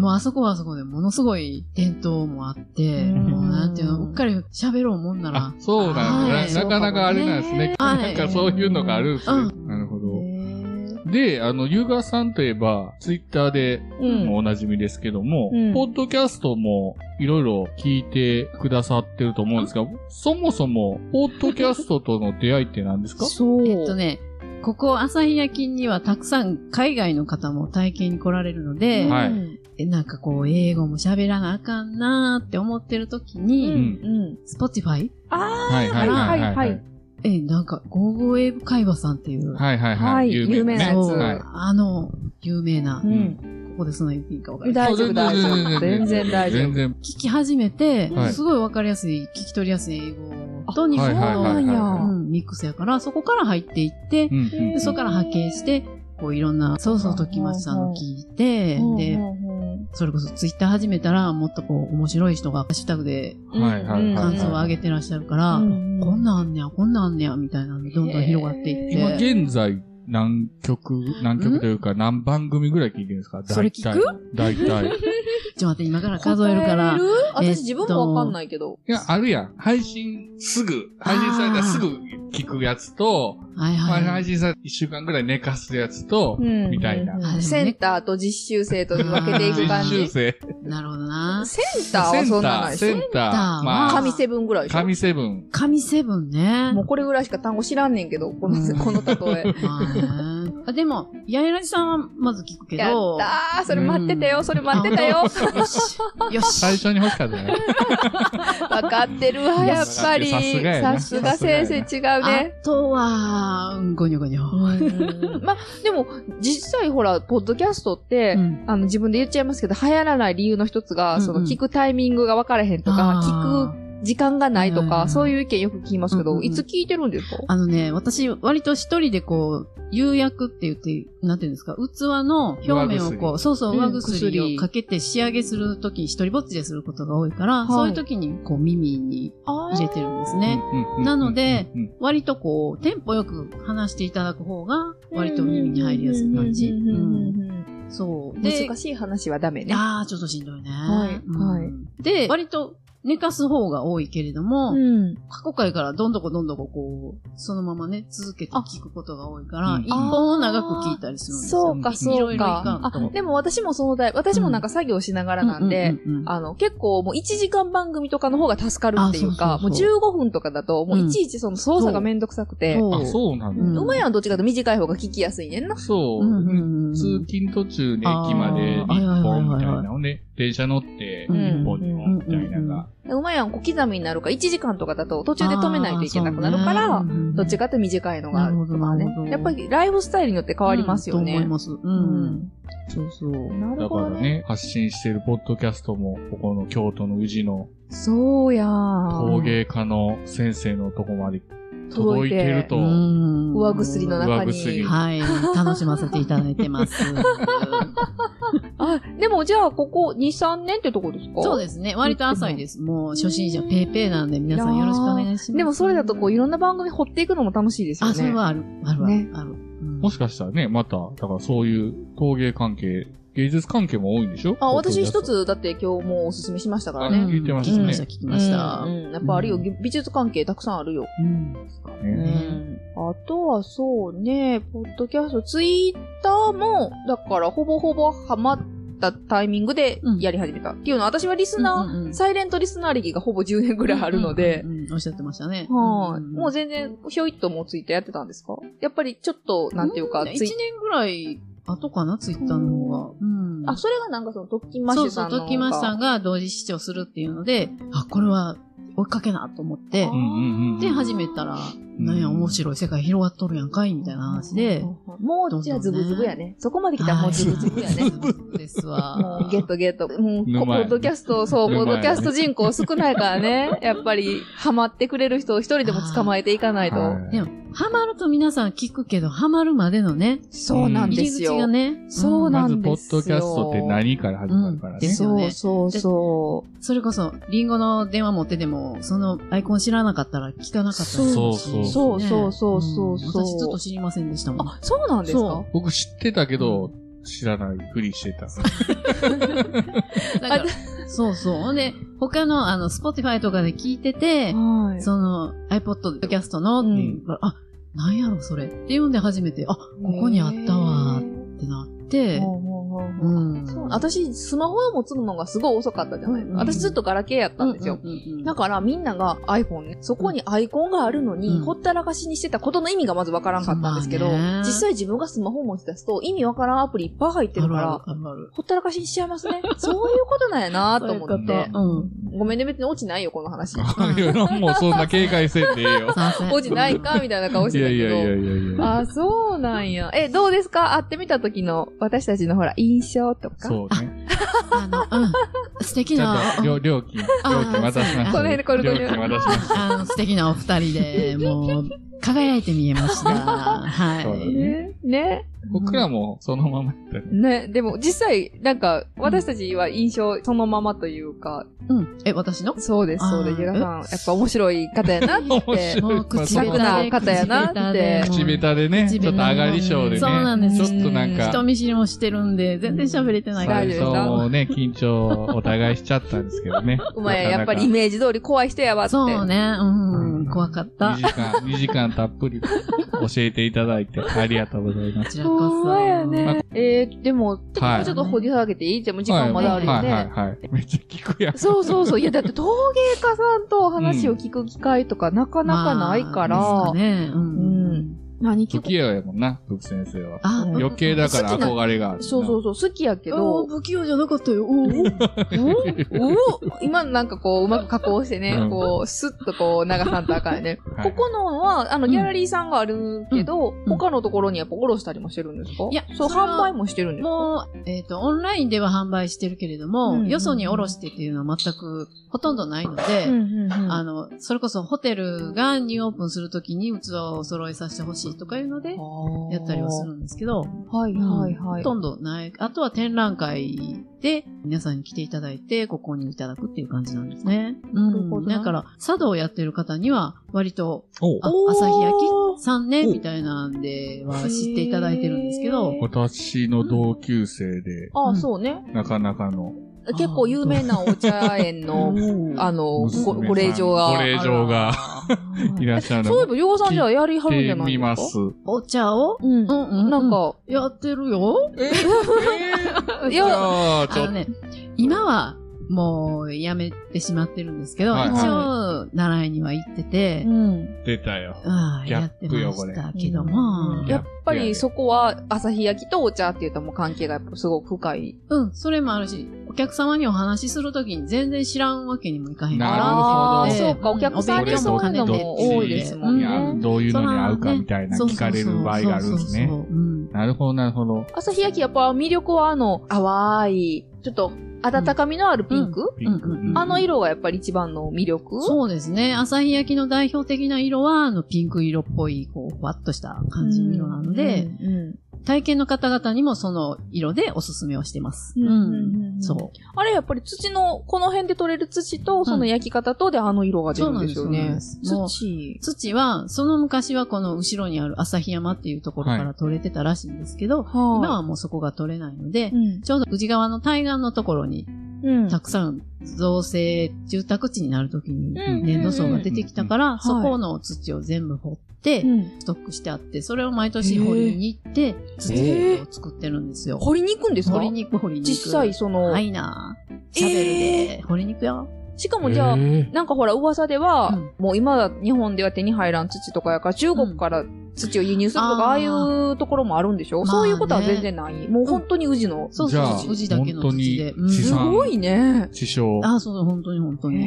[SPEAKER 5] もうあそこはあそこでものすごい伝統もあって、
[SPEAKER 3] うん
[SPEAKER 5] もうなんていうの、うっかり喋ろうもんな
[SPEAKER 1] あ
[SPEAKER 5] ら、。
[SPEAKER 1] そうなんだ、
[SPEAKER 5] はい
[SPEAKER 1] な。なかなかあれなんですね。
[SPEAKER 5] はい
[SPEAKER 1] なんかそういうのがあるんですね。
[SPEAKER 5] う
[SPEAKER 1] なるほど。で、あの、ユーガーさんといえば、ツイッターで
[SPEAKER 3] うん
[SPEAKER 1] もおなじみですけども、
[SPEAKER 3] うん
[SPEAKER 1] ポッドキャストもいろいろ聞いてくださってると思うんですが、そもそも、ポッドキャストとの出会いって何
[SPEAKER 3] *laughs*
[SPEAKER 1] ですか
[SPEAKER 3] そう。
[SPEAKER 5] えっとね、ここ朝日焼きにはたくさん海外の方も体験に来られるので、
[SPEAKER 1] はい
[SPEAKER 5] えなんかこう英語も喋らなあかんなーって思ってる時
[SPEAKER 3] うん。う
[SPEAKER 5] に、
[SPEAKER 3] ん。
[SPEAKER 5] Spotify?
[SPEAKER 3] あ
[SPEAKER 1] はいはいはいはい。
[SPEAKER 3] は
[SPEAKER 1] はいい
[SPEAKER 5] え、なんか、ゴーゴー英語会話さんっていう、
[SPEAKER 1] はいはい。
[SPEAKER 3] はい有名なやつ
[SPEAKER 5] そう
[SPEAKER 1] はい
[SPEAKER 5] あの、有名な、
[SPEAKER 3] ーう
[SPEAKER 5] こ
[SPEAKER 3] ん。
[SPEAKER 5] こでその言っていいかわかりませ
[SPEAKER 3] 大
[SPEAKER 5] ん
[SPEAKER 3] 丈夫、大丈夫。全然大丈
[SPEAKER 1] 全
[SPEAKER 3] 夫。
[SPEAKER 1] 然。
[SPEAKER 5] 聞き始めて、
[SPEAKER 1] はい
[SPEAKER 5] すごいわかりやすい、聞き取りやすい英語と日
[SPEAKER 1] はい
[SPEAKER 5] 本
[SPEAKER 1] はい
[SPEAKER 5] 語
[SPEAKER 1] は
[SPEAKER 5] の
[SPEAKER 1] いはい
[SPEAKER 5] うん
[SPEAKER 1] は
[SPEAKER 5] ミックスやから、そこから入っていって、
[SPEAKER 1] い。うんうん
[SPEAKER 5] でそこから派遣して、こういろんな、そうそうときましたの聞いて、で、それこそツイッター始めたら、もっとこう面白い人がハッシュタグで
[SPEAKER 1] はいはいはい
[SPEAKER 5] 感想を上げてらっしゃるから、
[SPEAKER 3] うんうん
[SPEAKER 5] こんなんあんねや、こんなんあんねや、みたいなんで、どんどん広がってい
[SPEAKER 1] 今
[SPEAKER 5] って。
[SPEAKER 1] 現在、何曲、何曲というか、何番組ぐらい聞いてるんですか
[SPEAKER 5] それ聞く
[SPEAKER 1] 大体。大体
[SPEAKER 5] ちょっと待って、今から数えるから。えっ
[SPEAKER 3] 私
[SPEAKER 5] と
[SPEAKER 3] 自分もわかんないけど。
[SPEAKER 1] いや、あるやん。配信すぐ、配信されたらすぐ聞くやつと、
[SPEAKER 5] はい
[SPEAKER 1] ま
[SPEAKER 5] は
[SPEAKER 1] あ
[SPEAKER 5] い。
[SPEAKER 1] 配信された1週間ぐらい寝かすやつと、
[SPEAKER 3] うん
[SPEAKER 1] みたいな。
[SPEAKER 5] あでもね
[SPEAKER 3] センターと実習生と分けていく感
[SPEAKER 1] 実習
[SPEAKER 3] じ。セン
[SPEAKER 1] 生。
[SPEAKER 5] なるほどな。
[SPEAKER 3] ター
[SPEAKER 1] セ
[SPEAKER 3] は
[SPEAKER 1] ン
[SPEAKER 3] そん
[SPEAKER 1] タ
[SPEAKER 3] な
[SPEAKER 1] ー、
[SPEAKER 3] ない
[SPEAKER 1] セ
[SPEAKER 3] で
[SPEAKER 1] ン
[SPEAKER 3] し
[SPEAKER 1] ター。
[SPEAKER 5] ー
[SPEAKER 3] ょ。
[SPEAKER 1] まあ、
[SPEAKER 3] 神セブンぐらいでしょ。
[SPEAKER 1] 神セブン。
[SPEAKER 5] 神セブンね。
[SPEAKER 3] もうこれぐらいしか単語知らんねんけど、こ
[SPEAKER 5] うん
[SPEAKER 3] の、この例え。
[SPEAKER 5] まあね。あでも、八重らさんはまず聞くけ
[SPEAKER 3] やっ
[SPEAKER 5] ど。
[SPEAKER 3] たーそれ待ってたよそれ待ってたよ
[SPEAKER 5] よし。よし。
[SPEAKER 1] *laughs* 最初に欲しかったね。
[SPEAKER 3] わかってるわ、やっぱり。
[SPEAKER 1] さすがやな
[SPEAKER 3] さすが先生違うね。
[SPEAKER 5] あとは、うんごにょごにょ。
[SPEAKER 3] まあ、でも、実際ほら、ポッドキャストって、
[SPEAKER 5] うん
[SPEAKER 3] あの、自分で言っちゃいますけど、流行らない理由の一つが、
[SPEAKER 5] うんうん
[SPEAKER 3] その、聞くタイミングが分からへんとか、
[SPEAKER 5] あ
[SPEAKER 3] 聞
[SPEAKER 5] ー
[SPEAKER 3] く時間がないと
[SPEAKER 5] はいはい
[SPEAKER 3] か、
[SPEAKER 5] はい
[SPEAKER 3] そういう意見よく聞きますけど、
[SPEAKER 5] うんうんうん
[SPEAKER 3] いつ聞いてるんですか
[SPEAKER 5] あのね、私、割と一人でこう、釉薬って言って、なんていうんですか、器の表面をこ
[SPEAKER 1] 上
[SPEAKER 5] う、そうそう、
[SPEAKER 3] うん
[SPEAKER 5] 上薬
[SPEAKER 3] 薬
[SPEAKER 5] をかけて仕上げするとき、一人ぼっちですることが多いから、
[SPEAKER 3] い
[SPEAKER 5] そういうときにこう、耳に
[SPEAKER 3] あ
[SPEAKER 5] 入れてるんです
[SPEAKER 1] うん
[SPEAKER 5] ね。
[SPEAKER 1] うんうんうん
[SPEAKER 5] なので
[SPEAKER 1] うんうん
[SPEAKER 5] 割とこう、テンポよく話していただく方が、割と耳に入りやすい感じ。うんそう。で
[SPEAKER 3] 難、しい話はダメね。
[SPEAKER 5] ああ、ちょっとしんどいね。
[SPEAKER 3] はい
[SPEAKER 5] うん
[SPEAKER 3] はい
[SPEAKER 5] で、割と寝かす方が多いけれども、
[SPEAKER 3] うん。
[SPEAKER 5] 過去回からどんどこどんどここう、そのままね、続けて聞くことが多いか
[SPEAKER 1] あ
[SPEAKER 5] ら、一本を長く聞いたりするんですよ。
[SPEAKER 3] そうか、
[SPEAKER 1] い
[SPEAKER 3] そ
[SPEAKER 5] ろ
[SPEAKER 3] う
[SPEAKER 5] いろい
[SPEAKER 3] か。
[SPEAKER 5] かん
[SPEAKER 1] と
[SPEAKER 3] あ、でも私もその台、私もなんか作業しながらなんで、
[SPEAKER 5] うんうんうんうん、
[SPEAKER 3] あの、結構もう1時間番組とかの方が助かるっていうか、
[SPEAKER 5] あそうそう
[SPEAKER 3] もう15分とかだと、もういちいちその操作がめんどくさくて、
[SPEAKER 5] そう
[SPEAKER 1] あ、そうなんだ。
[SPEAKER 5] うん
[SPEAKER 3] 馬やんはどっちかというと短い方が聞きやすいねんな。
[SPEAKER 1] そう。
[SPEAKER 5] うんうんうん
[SPEAKER 1] 通勤途中で駅まで
[SPEAKER 5] あ
[SPEAKER 1] 一
[SPEAKER 5] ーはいはいはいはい
[SPEAKER 1] 本みたいなのね、電車乗って
[SPEAKER 5] うん
[SPEAKER 1] 一本二本みたいなのが。
[SPEAKER 3] うまいやん、小刻みになるから、1時間とかだと途中で止めないといけなくなるか
[SPEAKER 5] あー
[SPEAKER 3] ら、
[SPEAKER 5] そうね
[SPEAKER 3] どっちかって短いのがあるとか
[SPEAKER 5] なるほどなるほど
[SPEAKER 3] ね。やっぱりライフスタイルによって変わりますよね。
[SPEAKER 5] うんと思います。うん。そうそう。
[SPEAKER 3] な
[SPEAKER 1] だか
[SPEAKER 3] るほ
[SPEAKER 1] ら
[SPEAKER 3] どね。
[SPEAKER 1] ね、発信してるポッドキャストも、ここの京都の宇治の
[SPEAKER 3] そうやん。
[SPEAKER 1] 陶芸家の先生のとこまで届
[SPEAKER 3] 届
[SPEAKER 1] い
[SPEAKER 3] い
[SPEAKER 1] て
[SPEAKER 3] て
[SPEAKER 1] ると、
[SPEAKER 5] うん
[SPEAKER 3] 上薬の中
[SPEAKER 1] 上薬
[SPEAKER 3] に。
[SPEAKER 5] はい。楽しませていただいて *laughs* ます。
[SPEAKER 3] あ、でもじゃあ、ここ2、3年ってとこですか
[SPEAKER 5] そう
[SPEAKER 3] で
[SPEAKER 5] ですね。割と浅いです。もう初心者ペーペーなんで皆さんよろしくお願いします。
[SPEAKER 3] でもそれだとこう、いろんな番組掘っていくのも楽しいですよね。
[SPEAKER 5] あ、それはある。あるあ
[SPEAKER 3] ね
[SPEAKER 5] る。ある。うん
[SPEAKER 1] もしかしたらね、また、だからそういう陶芸関係、芸術関係も多いんでしょ
[SPEAKER 3] あ、私一。
[SPEAKER 1] ポッドキャス
[SPEAKER 3] つ、だって今日もうおすすめしましたから
[SPEAKER 1] あ
[SPEAKER 3] ね。
[SPEAKER 1] 聞いてましたね
[SPEAKER 5] 聞きました、聞きました。
[SPEAKER 3] うんうんやっぱあるよ。美美術関係たくさんあるよ。
[SPEAKER 5] うん
[SPEAKER 1] トね
[SPEAKER 3] う
[SPEAKER 1] ね
[SPEAKER 3] ん。あとはそうね、ポッドキャスト、ツイッターも、だからほぼほぼハマったタイミングでやり始めた。っていうのは、私はリスナー、
[SPEAKER 5] うんうんうん
[SPEAKER 3] サイレントリスナー歴がほぼ10年ぐらいあるので
[SPEAKER 5] う、んうんうんおっしゃってましたね。
[SPEAKER 3] はい。もう
[SPEAKER 5] 全
[SPEAKER 3] 全然、ひょいっともうツイッターやってたんですかやっぱりちょっと、なんていうか、
[SPEAKER 5] 1
[SPEAKER 3] ツイ
[SPEAKER 5] 年ぐらい後かな、ツイッターの方が。うん
[SPEAKER 3] あ、それがなんかその、トッキンマッシ
[SPEAKER 5] そ
[SPEAKER 3] ュ
[SPEAKER 5] うそ
[SPEAKER 3] さ
[SPEAKER 5] う、
[SPEAKER 3] んのが。
[SPEAKER 5] トッキーマッシュさんが同時視聴するっていうので、あ、これは追いかけなと思って
[SPEAKER 3] あ
[SPEAKER 1] う、んうんうん。
[SPEAKER 5] で、始めたら、なんや、面白い世界広がっとるやんかい、みたいな話で。
[SPEAKER 3] もう、じゃあ、ズブズブやね。そこまで来たらもうズブズブやね。
[SPEAKER 5] そうですわ
[SPEAKER 3] も。うゲットゲット。もう、ポ
[SPEAKER 1] 沼やね
[SPEAKER 3] ッドキャスト、そう、ポ
[SPEAKER 1] 沼やね
[SPEAKER 3] ッドキャスト人口少ないからね。やっぱり、ハマってくれる人を一人でも捕まえていかないと。
[SPEAKER 1] はい
[SPEAKER 5] でも、ハマると皆さん聞くけど、ハマるまでのね、
[SPEAKER 3] そうなん
[SPEAKER 5] 入
[SPEAKER 3] で
[SPEAKER 5] り
[SPEAKER 3] す
[SPEAKER 5] 口
[SPEAKER 3] よ。
[SPEAKER 5] がね、
[SPEAKER 3] そう
[SPEAKER 1] ま
[SPEAKER 3] な
[SPEAKER 1] ず、
[SPEAKER 3] ん
[SPEAKER 1] ポッ
[SPEAKER 3] ですよ。
[SPEAKER 1] ドキャストって何から始まるから
[SPEAKER 5] うんで
[SPEAKER 1] ね。
[SPEAKER 5] すよね
[SPEAKER 3] そうそうそう。
[SPEAKER 5] それこそ、リンゴの電話持ってても、そのアイコン知らなかったら聞かなかった
[SPEAKER 3] そうそうそうそうそう
[SPEAKER 5] ね
[SPEAKER 3] そう
[SPEAKER 5] 私ずっと知りませんでしたもん。
[SPEAKER 3] あ、そうなんですか
[SPEAKER 5] そ
[SPEAKER 1] 僕知ってたけど、知らないふりしてた。
[SPEAKER 5] だからそうそう。ほんで、他の、あの、スポティファイとかで聞いてて、
[SPEAKER 3] はい。
[SPEAKER 5] その、iPod キャストのっていうから、あ、なんやろそれっていうんで初めて、あ、ここにあったわーってなって、
[SPEAKER 3] ほうほうほうほう
[SPEAKER 5] うん。
[SPEAKER 3] そう私、スマホを持つのがすごい遅かったじゃないですか。
[SPEAKER 5] うん
[SPEAKER 3] 私ずっとガラケーやったんですよ。
[SPEAKER 5] うんうんうんうん
[SPEAKER 3] だからみんなが iPhone ね、そこにアイコンがあるのに、
[SPEAKER 5] うん
[SPEAKER 3] ほったらかしにしてたことの意味がまずわからんかったんですけど、
[SPEAKER 5] まあね
[SPEAKER 3] 実際自分がスマホ持ち出すと意味わからんアプリいっぱい入ってるから、
[SPEAKER 5] あるある
[SPEAKER 3] ほったらかしにしちゃいます
[SPEAKER 1] *laughs*
[SPEAKER 3] ね。そういうことなんやなと思っ
[SPEAKER 1] そ
[SPEAKER 3] て。
[SPEAKER 1] ういう
[SPEAKER 5] あるある。うん。
[SPEAKER 3] ごめんね、別に落ちないよ、この
[SPEAKER 1] い
[SPEAKER 3] 話。
[SPEAKER 1] やもうそんな警戒せんでいい
[SPEAKER 3] *laughs*
[SPEAKER 1] よ。
[SPEAKER 5] さあさあ
[SPEAKER 3] 落ちないか、みたいな顔
[SPEAKER 1] い
[SPEAKER 3] してた
[SPEAKER 1] や
[SPEAKER 3] けど。
[SPEAKER 1] いやいやいやいや。
[SPEAKER 3] あ、そうなんや。え、どうですか会ってみた時の、私たちのほら、印象とか。
[SPEAKER 1] そうね。
[SPEAKER 5] あの、うん。素敵
[SPEAKER 1] ちゃ、
[SPEAKER 5] なん
[SPEAKER 1] と料料金、料金渡しました。
[SPEAKER 3] この辺でこれこれ
[SPEAKER 1] 料金渡しました。
[SPEAKER 5] あの、素敵なお二人で、もう、輝いて見えました。は
[SPEAKER 1] そうだ
[SPEAKER 5] い。
[SPEAKER 3] ね。ね。
[SPEAKER 1] 僕らもそのままやったね。
[SPEAKER 3] ね。でも、実際、なんか、私たちは印象そのままというか、
[SPEAKER 5] うん。え、私
[SPEAKER 3] *laughs*
[SPEAKER 5] の
[SPEAKER 3] そうです、そうです。
[SPEAKER 5] あー
[SPEAKER 3] ゆらさん、やっぱ面白い方 *laughs* やなっ
[SPEAKER 1] 面
[SPEAKER 3] て。
[SPEAKER 5] もう
[SPEAKER 1] 白い。
[SPEAKER 5] 口
[SPEAKER 1] まあ
[SPEAKER 5] 下
[SPEAKER 1] そ
[SPEAKER 5] 手
[SPEAKER 1] う
[SPEAKER 3] な方やなって
[SPEAKER 1] 口下手でね、ち
[SPEAKER 5] 口下手
[SPEAKER 1] ょっと上がり症でね。
[SPEAKER 5] そうなんです
[SPEAKER 1] ちょっとなん
[SPEAKER 5] 人
[SPEAKER 1] か、
[SPEAKER 5] 見知りもしてるんで、全然喋れてないから
[SPEAKER 3] 大
[SPEAKER 1] 最
[SPEAKER 3] 丈夫
[SPEAKER 1] 初
[SPEAKER 3] ですか
[SPEAKER 1] もね、緊張お互いしちゃったんですけどね。
[SPEAKER 3] *laughs* お前、やっぱりイ
[SPEAKER 1] な
[SPEAKER 3] メージ通り怖い人やわって。
[SPEAKER 5] そうね、うん、怖かっ
[SPEAKER 1] か
[SPEAKER 5] た。
[SPEAKER 1] なか2時間、2時間たっぷり教えていただいてありがとうございま
[SPEAKER 5] こ
[SPEAKER 1] す。
[SPEAKER 5] ちらこ
[SPEAKER 3] ほんま
[SPEAKER 5] そ。
[SPEAKER 3] やね。えー、でも、ちょ
[SPEAKER 1] はい
[SPEAKER 3] っとちょっと掘り下げていいじゃあもう時間まだあるよ
[SPEAKER 1] はい
[SPEAKER 3] ね。
[SPEAKER 1] はいはい。めっちゃ聞くやん。
[SPEAKER 3] そうそうそう。いや、だって陶芸家さんとお話を聞く機会とかなかなかないから、
[SPEAKER 5] まあですかね、う。
[SPEAKER 3] うんん。何聞
[SPEAKER 1] 時
[SPEAKER 3] く
[SPEAKER 1] 矢やもんな、福先生は。
[SPEAKER 5] あ
[SPEAKER 3] うん
[SPEAKER 1] 余計だから憧れがある。
[SPEAKER 3] そうそうそう、好きやけど、
[SPEAKER 5] 不器用じゃなかったよ。おー
[SPEAKER 3] おお今なんかこう、うまく加工してね、
[SPEAKER 1] うん
[SPEAKER 3] こう、スッとこう流さんとあかんよね。
[SPEAKER 1] はい
[SPEAKER 3] ここのは、あの、
[SPEAKER 5] うん
[SPEAKER 3] ギャラリーさんがあるけど、
[SPEAKER 5] うん
[SPEAKER 3] 他のところにやっぱおろしたりもしてるんですか
[SPEAKER 5] いや
[SPEAKER 3] そう、
[SPEAKER 5] それは
[SPEAKER 3] 販売もしてるんですか
[SPEAKER 5] もう、えっと、オンラインでは販売してるけれ
[SPEAKER 3] うん
[SPEAKER 5] ど
[SPEAKER 3] うんう
[SPEAKER 5] も、
[SPEAKER 3] ん
[SPEAKER 5] よそにおろしてっていうのは全くほとんどないので、あの、それこそホテルがニューオープンするときに器を揃えさせてほしいとかいうので、やったりはするんですけど、
[SPEAKER 3] はいはいはい。
[SPEAKER 5] ほとんどない。あとは展覧会で皆さんに来ていただいてご購入いただくっていう感じなんですね。う
[SPEAKER 3] なるほ
[SPEAKER 5] ん。
[SPEAKER 3] どな
[SPEAKER 5] だから、茶道をやってる方には割と、
[SPEAKER 1] お
[SPEAKER 5] あ
[SPEAKER 3] おー
[SPEAKER 5] 朝日焼き3年みたいなんでは知っていただいてるんですけど
[SPEAKER 3] へー、
[SPEAKER 1] 私の同級生で、
[SPEAKER 3] あ
[SPEAKER 5] う
[SPEAKER 3] あ、
[SPEAKER 5] ん
[SPEAKER 3] そうね。
[SPEAKER 1] なかなかの
[SPEAKER 3] 結構有名なお茶園の、 *laughs* あの、
[SPEAKER 1] 娘さ
[SPEAKER 3] ご
[SPEAKER 1] ん
[SPEAKER 3] ご令嬢
[SPEAKER 1] ご令
[SPEAKER 3] が。
[SPEAKER 1] 令嬢がいらっしゃるの
[SPEAKER 3] そういえば、りょうさんじゃあやりはるんじ
[SPEAKER 1] で
[SPEAKER 3] ゃない
[SPEAKER 1] み
[SPEAKER 3] で
[SPEAKER 1] ますす
[SPEAKER 3] か。
[SPEAKER 5] お茶を
[SPEAKER 3] うん
[SPEAKER 5] う。んうんうん。
[SPEAKER 3] なんか、
[SPEAKER 5] やってるよ。
[SPEAKER 1] えー、えー
[SPEAKER 3] い
[SPEAKER 1] じ
[SPEAKER 3] や、
[SPEAKER 1] ゃあ、
[SPEAKER 5] あ
[SPEAKER 1] ちょっ
[SPEAKER 5] の
[SPEAKER 1] と、
[SPEAKER 5] ね、今はもうやめてしまってるんですけど、
[SPEAKER 1] はい
[SPEAKER 5] 一応、習いには行ってて、
[SPEAKER 3] うん。
[SPEAKER 1] 出たよ。
[SPEAKER 5] ああ
[SPEAKER 1] ギャ
[SPEAKER 5] や
[SPEAKER 1] ッ
[SPEAKER 5] って
[SPEAKER 1] プよ
[SPEAKER 5] ま
[SPEAKER 1] これ
[SPEAKER 5] したけども、
[SPEAKER 3] やっぱりそこは、朝日焼きとお茶っていうともう関係がやっぱすごく深い。
[SPEAKER 5] うん、それもあるし、お客様にお話しするときに全然知らんわけにもいかへん
[SPEAKER 1] なるほど
[SPEAKER 3] ああ、
[SPEAKER 1] ね
[SPEAKER 3] そうか、お客さんにそういうのも多いですもん
[SPEAKER 1] い
[SPEAKER 3] ね。
[SPEAKER 1] や、どういうのに合うかみたいな聞かれる場合があるんですね
[SPEAKER 5] そう。そうそううん
[SPEAKER 1] なるほど、なるほど。
[SPEAKER 3] 朝日焼きやっぱ魅力はあの、淡い、ちょっと温かみのあるピンク、
[SPEAKER 1] ピンク
[SPEAKER 5] うんうんうん
[SPEAKER 3] あの色がやっぱり一番の魅力
[SPEAKER 5] そうですね。朝日焼きの代表的な色は、あの、ピンク色っぽい、こう、ふわっとした感じの色なので、
[SPEAKER 3] うんうん
[SPEAKER 5] 体験の方々にもその色でおすすめをしてます。
[SPEAKER 3] うんうんうん
[SPEAKER 5] そ
[SPEAKER 3] あれやっぱり土の、この辺で取れる土と、その焼き方とであの色が出るんですよ
[SPEAKER 5] そうなん
[SPEAKER 3] ね
[SPEAKER 5] で。すそうなんです
[SPEAKER 3] 土
[SPEAKER 5] う。。土は、その昔はこの後ろにある旭山っていうところから取れてたらしいんですけど、今はもうそこが取れないので、
[SPEAKER 3] うん
[SPEAKER 5] ちょうど宇治川の対岸のところに、
[SPEAKER 3] うん
[SPEAKER 5] たくさん造成住宅地になるときに
[SPEAKER 3] うん
[SPEAKER 5] 粘土層が出てきたから、
[SPEAKER 3] ん
[SPEAKER 5] そこの土を全部掘って、ストックしてあって、それを毎年掘りに行って、土を作ってるんですよ。
[SPEAKER 3] 掘りに行くんですか
[SPEAKER 5] 掘りに行く、掘りに行く。
[SPEAKER 3] 実際その、
[SPEAKER 5] ないなぁ。シャベルで、掘りに行くよ。
[SPEAKER 3] しか *laughs* もじゃあ、
[SPEAKER 1] え
[SPEAKER 3] なんかほら噂では、
[SPEAKER 5] うん
[SPEAKER 3] もう今は日本では手に入らん土とかやから、中国から土を輸入するとか、
[SPEAKER 5] うん
[SPEAKER 3] ああいうところもあるんでしょ、
[SPEAKER 5] まあね
[SPEAKER 3] そういうことは全然ない。もう本当に宇治の。
[SPEAKER 5] そう
[SPEAKER 1] じゃ
[SPEAKER 5] そ
[SPEAKER 1] あ
[SPEAKER 5] う、富士だけの土で。
[SPEAKER 1] 本当に地
[SPEAKER 3] す
[SPEAKER 1] 産
[SPEAKER 5] うん
[SPEAKER 3] ごいね
[SPEAKER 1] ー。地消。
[SPEAKER 5] あ、そうそう、本当に本当
[SPEAKER 3] へ
[SPEAKER 5] に。